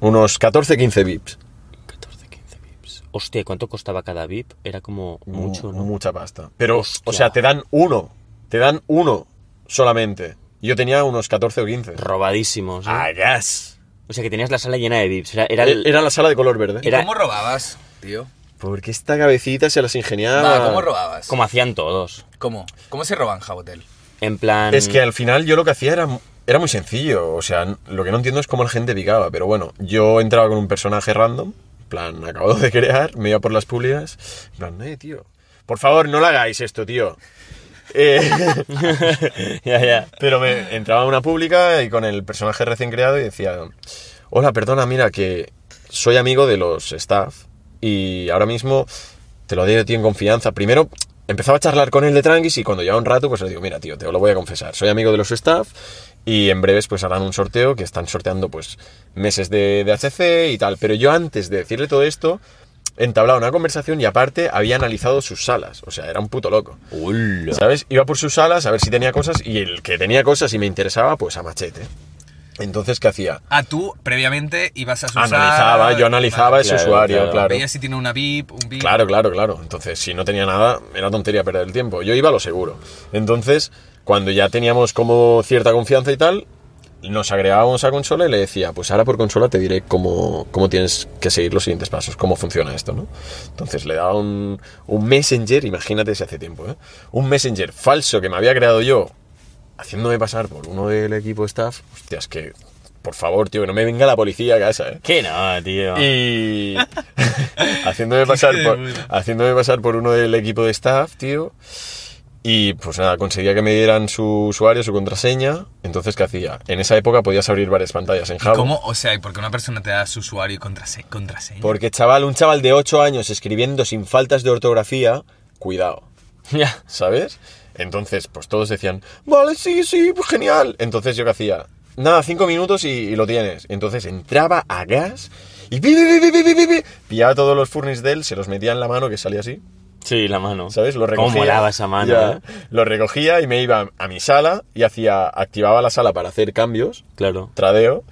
Unos 14, 15 VIPs. 14, 15 VIPs. Hostia, ¿cuánto costaba cada VIP? Era como mucho, ¿no? Mucha pasta. Pero, Hostia. o sea, te dan uno. Te dan uno solamente. Yo tenía unos 14 o 15. Robadísimos, ¿eh? ¡A gas! O sea, que tenías la sala llena de VIPs. Era, era el- Ah. Eh, Era la sala de color verde. Era- ¿Cómo robabas, tío? Porque esta cabecita se las ingeniaba. Va, ¿cómo robabas? como hacían todos. ¿Cómo? ¿Cómo se roban Jabotel? En plan... Es que al final yo lo que hacía era, era muy sencillo. O sea, n- lo que no entiendo es cómo la gente picaba. Pero bueno, yo entraba con un personaje random. en plan, acabado de crear, me iba por las públicas. En plan, eh, tío. Por favor, no le hagáis esto, tío. [laughs] Eh, [laughs] ya, ya. pero me entraba a una pública y con el personaje recién creado y decía, hola, perdona, mira que soy amigo de los staff y ahora mismo te lo digo, tío, en confianza. Primero empezaba a charlar con él de tranquis y cuando llevaba un rato pues le digo, mira, tío, te lo voy a confesar, soy amigo de los staff y en breves pues harán un sorteo que están sorteando pues meses de, de HC y tal. Pero yo antes de decirle todo esto... Entablaba una conversación y aparte había analizado sus salas. O sea, era un puto loco. ¿Sabes? Iba por sus salas a ver si tenía cosas y el que tenía cosas y me interesaba, pues a machete. Entonces, ¿qué hacía? Ah, tú previamente ibas a su sala, Analizaba, yo analizaba vale. ese claro, usuario, claro. claro. Veías si tiene una VIP, un VIP. Claro, claro, claro. Entonces, si no tenía nada, era tontería perder el tiempo. Yo iba a lo seguro. Entonces, cuando ya teníamos como cierta confianza y tal, nos agregábamos a consola y le decía, pues ahora por consola te diré cómo, cómo tienes que seguir los siguientes pasos, cómo funciona esto, ¿no? Entonces le daba un, un messenger, imagínate si hace tiempo, ¿eh? Un messenger falso que me había creado yo, haciéndome pasar por uno del equipo staff. Hostias, que, por favor, tío, que no me venga la policía a casa, ¿eh? Que no, tío. Y [laughs] [laughs] haciéndome pasar de por, puta. haciéndome pasar por uno del equipo de staff, tío. Y pues nada, conseguía que me dieran su usuario, su contraseña. Entonces, ¿qué hacía? En esa época podías abrir varias pantallas en Java. ¿Cómo? O sea, ¿y por qué una persona te da su usuario y contrase- contraseña? Porque, chaval, un chaval de 8 años escribiendo sin faltas de ortografía, cuidado, [laughs] Ya. ¿sabes? Entonces, pues todos decían, vale, sí, sí, pues genial. Entonces, ¿yo qué hacía? Nada, 5 minutos y, y lo tienes. Entonces entraba a gas y pi, pi, pi, pi, pi, pi, pi. pillaba todos los furnis de él, se los metía en la mano que salía así. Sí, la mano. ¿Sabes? Lo recogía. Cómo molaba esa mano, ya. ¿eh? Lo recogía y me iba a mi sala y hacía, activaba la sala para hacer cambios, Claro. tradeo,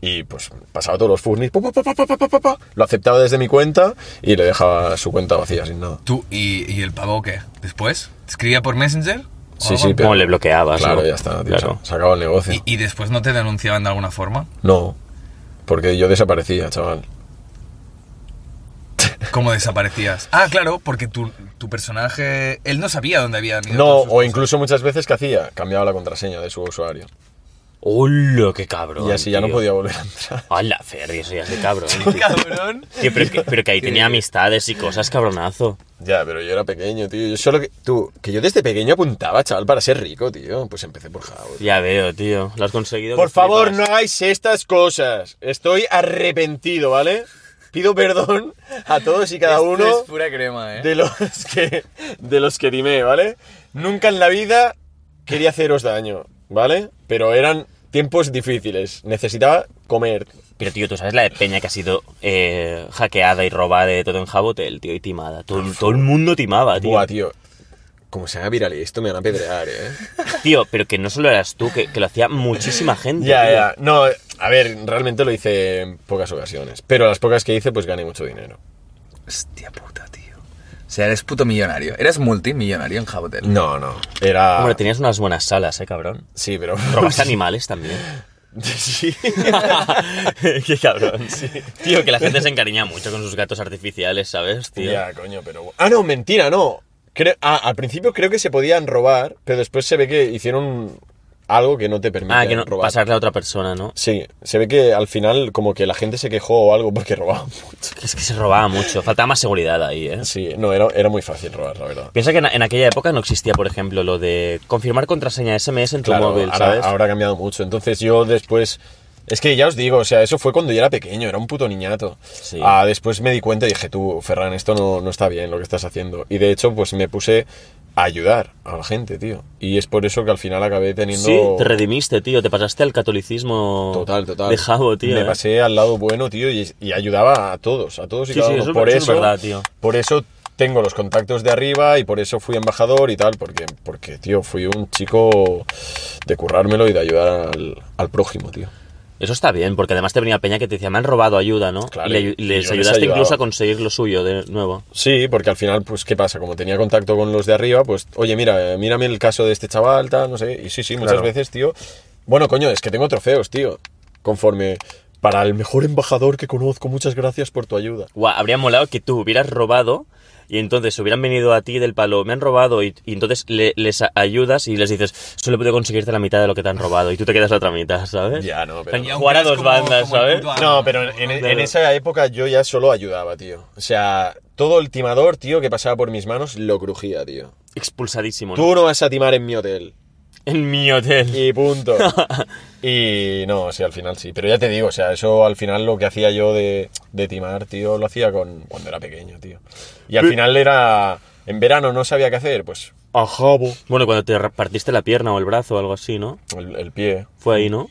y pues pasaba todos los furnis, pa, pa, pa, pa, pa, pa, pa, pa, lo aceptaba desde mi cuenta y le dejaba su cuenta vacía sin nada. ¿Tú y, y el pavo qué? ¿Después? ¿Te escribía por Messenger? ¿O Sí, algo? sí, pero- Como Ah, le bloqueabas, Claro, ¿no? ya está, tío, Claro. se- se acabó el negocio. ¿Y, y después no te denunciaban de alguna forma? No, porque yo desaparecía, chaval. ¿Cómo desaparecías? Ah, claro, porque tu, tu personaje... Él no sabía dónde habían ido. No, todas sus o cosas. incluso muchas veces que hacía, cambiaba la contraseña de su usuario. ¡Hola, qué cabrón! Y así ya no tío. podía volver a entrar. ¡Hala, Ferdi, eso ya es de cabrón! ¡Qué tío. Cabrón. Tío, pero, que, pero que ahí tenía amistades y cosas, cabronazo. [laughs] Ya, pero yo era pequeño, tío. Yo solo que. Tú, que yo desde pequeño apuntaba, chaval, para ser rico, tío. Pues empecé por Java. Ya veo, tío. Lo has conseguido. Por que favor, no flipas. hagáis estas cosas. Estoy arrepentido, ¿vale? Pido perdón a todos y cada Esto uno es pura crema, ¿eh? de los [laughs] que de los que rimé, ¿vale? Nunca en la vida quería haceros daño, ¿vale? Pero eran tiempos difíciles. Necesitaba comer. Pero, tío, tú sabes la de Peña que ha sido eh, hackeada y robada de todo en Jabotel, tío, y timada. Todo, todo el mundo timaba, tío. Buah, tío. Como se haga viral esto, me van a pedrear, ¿eh? Tío, pero que no solo eras tú, que, que lo hacía muchísima [laughs] gente. Ya, tío. ya. No, a ver, realmente lo hice en pocas ocasiones. Pero las pocas que hice, pues gané mucho dinero. Hostia puta, tío. O sea, eres puto millonario. Eres multimillonario en Jabotel. No, no. Era. Hombre, tenías unas buenas salas, eh, cabrón. Sí, pero. [laughs] Robaste animales también. Sí. Qué cabrón, sí. Tío, que la gente se encariña mucho con sus gatos artificiales, ¿sabes, tío? Ya, coño, pero. Ah, no, mentira, no. Creo- ah, al principio creo que se podían robar, pero después se ve que hicieron algo que no te permite ah, que no, robar. pasarle a otra persona, ¿no? Sí, se ve que al final como que la gente se quejó o algo porque [laughs] robaba mucho. Es que se robaba mucho, faltaba más seguridad ahí, ¿eh? Sí, no, era, era muy fácil robar, la verdad. Piensa que en, en aquella época no existía, por ejemplo, lo de confirmar contraseña SMS en tu Claro, móvil, ahora, ¿sabes? ahora ha cambiado mucho. Entonces yo después... Es que ya os digo, o sea, eso fue cuando yo era pequeño, era un puto niñato. Sí. Ah, después me di cuenta y dije, tú, Ferran, esto no, no está bien lo que estás haciendo. Y de hecho, pues me puse a ayudar a la gente, tío. Y es por eso que al final acabé teniendo... Sí, te redimiste, tío, te pasaste al catolicismo Total, total. Oh, de Jabo, tío. Me ¿eh? pasé al lado bueno, tío, y, y ayudaba a todos, a todos y Sí, cada sí, uno. eso- por eso eso, es verdad, tío. Por eso tengo los contactos de arriba y por eso fui embajador y tal, porque, porque tío, fui un chico de currármelo y de ayudar al, al prójimo, tío. Eso está bien, porque además te venía Peña que te decía, me han robado ayuda, ¿no? Claro, y le- y les yo les ayudaste ayudaba. incluso a conseguir lo suyo de nuevo. Sí, porque al final, pues, ¿qué pasa? Como tenía contacto con los de arriba, pues, oye, mira, eh, mírame el caso de este chaval, tal, no sé. Y sí, sí, muchas Claro. veces, tío. Bueno, coño, es que tengo trofeos, tío. Conforme Para el mejor embajador que conozco, muchas gracias por tu ayuda. Guau, habría molado que tú hubieras robado y entonces hubieran venido a ti del palo, me han robado y, y entonces le- les a- ayudas y les dices, solo puedo conseguirte la mitad de lo que te han robado y tú te quedas la otra mitad, ¿sabes? Ya, no, pero En plan, no. Jugar a Aunque dos eres como- bandas, como el ¿sabes? puto No, pero en, en- Claro. en esa época yo ya solo ayudaba, tío. O sea, todo el timador, tío, que pasaba por mis manos, lo crujía, tío. Expulsadísimo. ¿no? Tú no vas a timar en mi hotel. En mi hotel. Y [laughs] punto. Y no, sí, al final sí. Pero ya te digo, o sea, eso al final lo que hacía yo de, de timar, tío, lo hacía con, cuando era pequeño, tío. Y al final era. En verano no sabía qué hacer, pues. A jabo. Bueno, cuando te ra- partiste la pierna o el brazo o algo así, ¿no? El, el pie. Fue ahí, ¿no?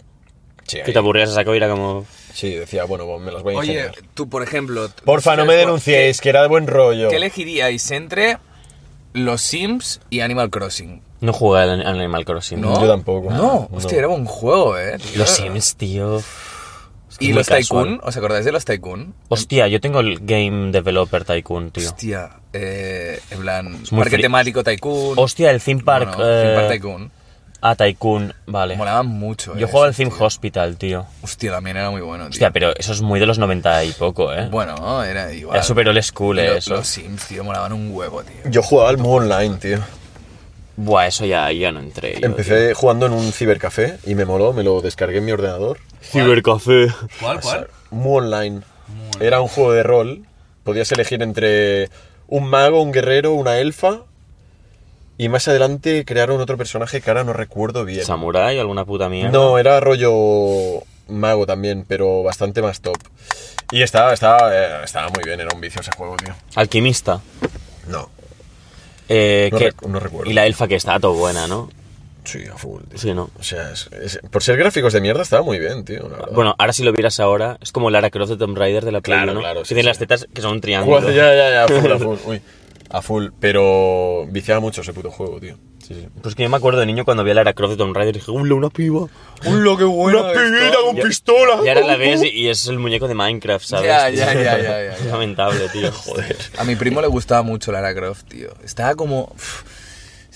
Sí, Que ahí. te aburrías a saco y era como... Sí, decía, bueno, pues, me las voy a Oye, ingeniar. tú, por ejemplo. t- Porfa, no me ¿qué- denunciéis, que era de buen rollo. ¿Qué elegiríais entre los Sims y Animal Crossing? No jugué al al Animal Crossing. ¿No? Yo tampoco. No, No. hostia, era un juego, eh. tío. Los Sims, tío. Es que ¿Y es muy los Tycoon? casual. ¿Os acordáis de los Tycoon? Hostia, yo tengo el Game Developer Tycoon, tío. Hostia, eh, en plan, muy parque fri- temático Tycoon. Hostia, el Theme Park. Bueno, Theme Park eh, Tycoon. Ah, Tycoon, vale. Molaban mucho. Yo eh, juego al esos, Theme tío. Hospital, tío. Hostia, también era muy bueno, tío. Hostia, pero eso es muy de los 90 y poco, ¿eh? Bueno, era igual. Era super old school, eh, Lo- eso. Los Sims, tío, molaban un huevo, tío. Yo jugaba al modo online, tío. Buah, eso ya, ya no entré. yo, Empecé jugando en un cibercafé y me moló, me lo descargué en mi ordenador. tío. Cibercafé. ¿Cuál, cuál? Mu Online. Era un juego de rol. Podías elegir entre un mago, un guerrero, una elfa. Y más adelante crearon otro personaje que ahora no recuerdo bien. ¿Samurai o alguna puta mierda? No, era rollo mago también, pero bastante más top. Y estaba, estaba, eh, estaba muy bien, era un vicio ese juego, tío. Alquimista. No. Eh, No que- recu- no recuerdo. Y la elfa que está todo buena, ¿no? Sí, a full, tío. Sí, ¿no? Ah, O sea, es- es- por ser gráficos de mierda estaba muy bien, tío. la verdad. Bueno, ahora si lo vieras ahora, es como Lara Croft de Tomb Raider de la Play Claro, 1, claro, que sí, tiene sí. las tetas que son un triángulo. Guau, ya, ya, ya, a [laughs] full, a full. Uy, a full. Pero viciaba mucho ese puto juego, tío. Sí, sí. Pues que yo me acuerdo de niño cuando vi a Lara Croft de Tomb Raider y dije, ¡Ule, una piba! ¡Ulo, qué bueno! ¡Una pibita con pistola! Y ahora la ves y, y es el muñeco de Minecraft, ¿sabes? Ya, tío? ya, ya, ya, ya, [laughs] Es ya. lamentable, tío. Joder. A mi primo le gustaba mucho Lara Croft, tío. Estaba como. pff,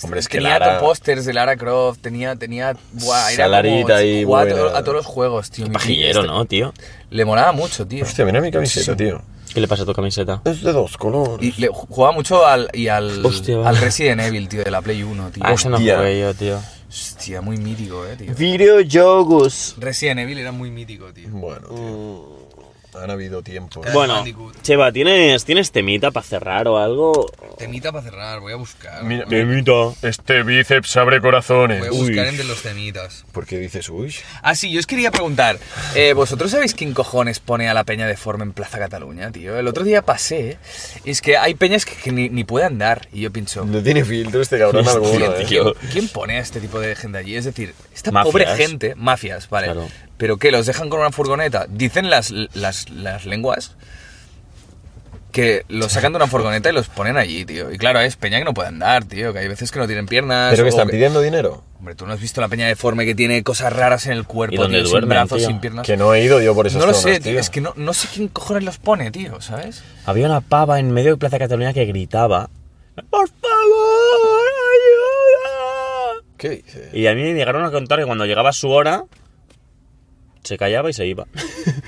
Hombre, es que tenía Lara- pósters de Lara Croft, tenía. tenía buah, era Salarita como- y jugaba a to- buena. a todos los juegos, tío. Mi Pajillero, primo, ¿no, tío? este- Le molaba mucho, tío. Hostia, mira mi camiseta, tío. ¿Qué le pasa a tu camiseta? Es de dos colores. Y le jugaba mucho al, y al, Hostia, va. al Resident Evil, tío, de la Play 1, tío. Ah, esa no Hostia. jugué yo, tío. Hostia, muy mítico, eh, tío. Videojuegos. Resident Evil era muy mítico, tío. Bueno, tío. Han habido tiempos. Eh, Bueno, Bandicoot. Cheva, ¿tienes, ¿tienes temita para cerrar o algo? Temita para cerrar, voy a buscar. Mira, Temita. este bíceps abre corazones. Voy a Uy. buscar entre los temitas. ¿Por qué dices uy? Ah, sí, yo os quería preguntar. eh, ¿Vosotros sabéis quién cojones pone a la peña de forma en Plaza Cataluña, tío? El otro día pasé. Y es que hay peñas que, que ni, ni puede andar. Y yo pienso. No tiene filtro este cabrón Hostia, alguno, eh. tío. ¿Quién pone a este tipo de gente allí? Es decir, esta Mafias. pobre gente, mafias, vale. Claro. ¿Pero qué? ¿Los dejan con una furgoneta? Dicen las, las, las lenguas que los sacan de una furgoneta y los ponen allí, tío. Y claro, es peña que no puede andar, tío, que hay veces que no tienen piernas. ¿Pero que o están pidiendo dinero? Hombre, tú no has visto la peña deforme que tiene cosas raras en el cuerpo, ¿Y dónde tío, sin duermen, brazos, tío? sin piernas. Que no he ido yo por esas No lo zonas, sé, tío. Es que no, no sé quién cojones los pone, tío, ¿sabes? Había una pava en medio de Plaza Cataluña que gritaba: ¡Por favor, ayuda! ¿Qué dices? Y a mí me llegaron a contar que cuando llegaba su hora, se callaba y se iba.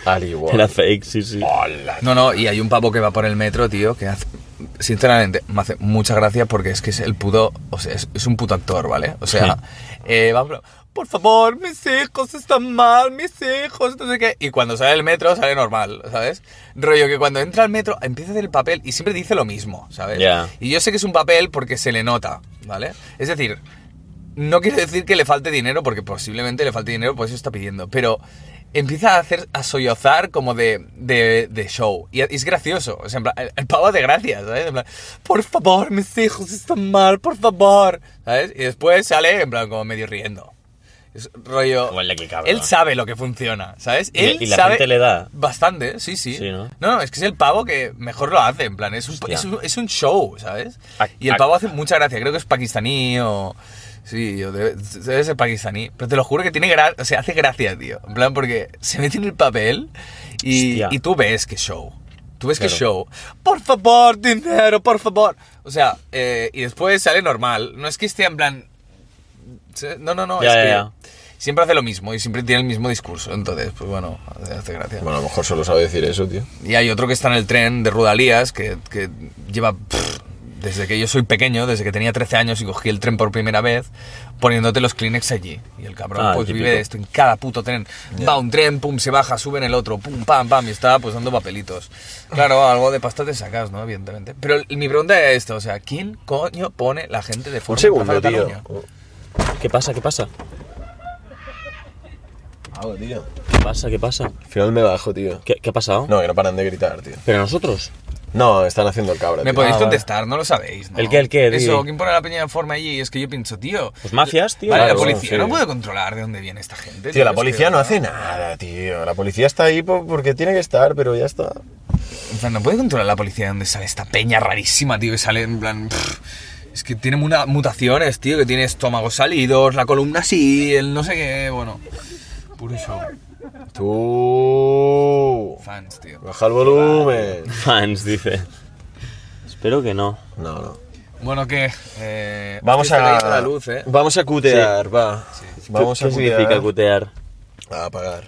Al Era [laughs] igual. fake, sí, sí. Hola. No, no, y hay un pavo que va por el metro, tío, que hace, sinceramente me hace mucha gracia porque es que es el puto, o sea, es, es un puto actor, ¿vale? O sea, eh, va, por- por favor, mis hijos están mal, mis hijos, no sé qué. Y cuando sale del metro sale normal, ¿sabes? Rollo que cuando entra al metro empieza a hacer el papel y siempre dice lo mismo, ¿sabes? Ya. Y yo sé que es un papel porque se le nota, ¿vale? Es decir, no quiero decir que le falte dinero, porque posiblemente le falte dinero, por eso está pidiendo, pero empieza a hacer a sollozar como de, de, de show. Y es gracioso. O sea, en plan, el, el pavo de gracias, ¿sabes? En plan, por favor, mis hijos están mal, por favor. ¿Sabes? Y después sale, en plan, como medio riendo. Es rollo. Huele, qué cabrón. él sabe lo que funciona, ¿sabes? Y- Él y la sabe gente le da. Bastante, sí, sí. Sí, ¿no? es que es el pavo que mejor lo hace, en plan, es un, Hostia. es un- es un show, ¿sabes? Ac- y el ac- pavo hace mucha gracia, creo que es pakistaní o... Sí, o debe, debe ser pakistaní, pero te lo juro que tiene gracia, o sea, hace gracia, tío, en plan, porque se mete en el papel y, Hostia. y tú ves que es show. Tú ves que es Claro. show. Por favor, dinero, por favor. O sea, eh, y después sale normal. No es que esté en plan... se- No, no, no. Ya, es ya, que ya. siempre hace lo mismo y siempre tiene el mismo discurso. Entonces, pues bueno, hace gracia. Bueno, a lo mejor solo sabe decir eso, tío. Y hay otro que está en el tren de Rudalías, que, que lleva pff, desde que yo soy pequeño, desde que tenía 13 años y cogí el tren por primera vez, poniéndote los Kleenex allí. Y el cabrón Ah, el pues típico. vive de esto en cada puto tren. Va un tren, pum, se baja, sube en el otro, pum, pam, pam, y está pues dando papelitos. Claro, algo de pasta te sacas, ¿no? Evidentemente. Pero el- mi pregunta es esta, o sea, ¿quién coño pone la gente de forma en Plaza Cataluña? ¿Qué pasa? ¿Qué pasa? Algo, Oh, ah, tío. ¿Qué pasa? ¿Qué pasa? Al final me bajo, tío. ¿Qué, qué ha pasado? No, que no paran de gritar, tío. Pero nosotros. No, están haciendo el cabra. Me tío. podéis Ah, vale. contestar, no lo sabéis. ¿no? ¿El qué, el qué, Eso, Didi? ¿quién pone la peña de forma allí? Es que yo pienso, tío. Pues mafias, tío. Vale, claro, la policía sí. no puede controlar de dónde viene esta gente. Tío, la es que, policía no ¿verdad? hace nada, tío. La policía está ahí po- porque tiene que estar, pero ya está. En plan, no puede controlar la policía de dónde sale esta peña rarísima, tío, que sale en plan. pff, es que tiene muna- mutaciones, tío, que tiene estómagos salidos, la columna así, el no sé qué, bueno. Puro show. Tú. Fans, tío. Baja el volumen. Fans, dice. Espero que no. No, no. Bueno, ¿qué? Eh, Vamos hostia, está a. cayendo la luz, eh. Vamos a cutear, va. Vamos ¿Qué a cutear. significa cutear? A apagar.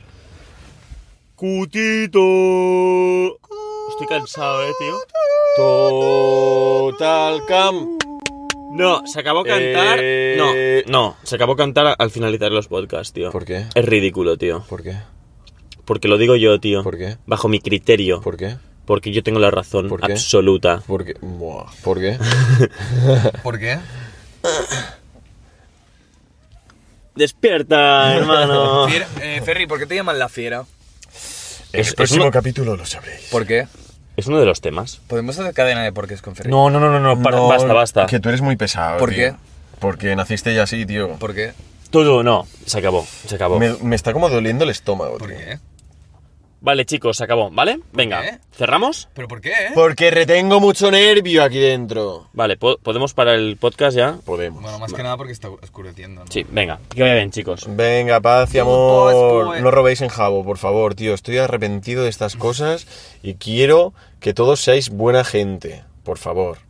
Cutito. Estoy cansado, eh, tío. Total cam. No, se acabó cantar. Eh. No, no, se acabó cantar al finalizar los podcasts, tío. ¿Por qué? Es ridículo, tío. ¿Por qué? Porque lo digo yo, tío. ¿Por qué? Bajo mi criterio. ¿Por qué? Porque yo tengo la razón ¿Por qué? absoluta. ¿Por qué? Buah, ¿Por qué? ¿Por qué? ¡Despierta, Ah. hermano! Fiera- eh, Ferry, ¿por qué te llaman la fiera? El Es- es próximo uno- capítulo lo sabréis. ¿Por qué? [laughs] es uno de los temas. ¿Podemos hacer cadena de porqués con Ferry? No, no, no, no, no, para- No, basta, basta. Que tú eres muy pesado. ¿Por tío. qué? Porque naciste ya así, tío. ¿Por qué? Todo, no, se acabó, se acabó. Me, me está como doliendo el estómago, ¿Por tío. qué? Vale, chicos, se acabó, ¿vale? ¿Eh? Venga, ¿cerramos? ¿Pero por qué, eh? Porque retengo mucho nervio aquí dentro. Vale, po- ¿podemos parar el podcast ya? Podemos. Bueno, más que nada porque está oscureciendo, ¿no? Sí, venga, que vaya bien, chicos. Venga, paz y Pues, amor. pues. No robéis en jabo, por favor, tío. Estoy arrepentido de estas cosas y quiero que todos seáis buena gente, por favor.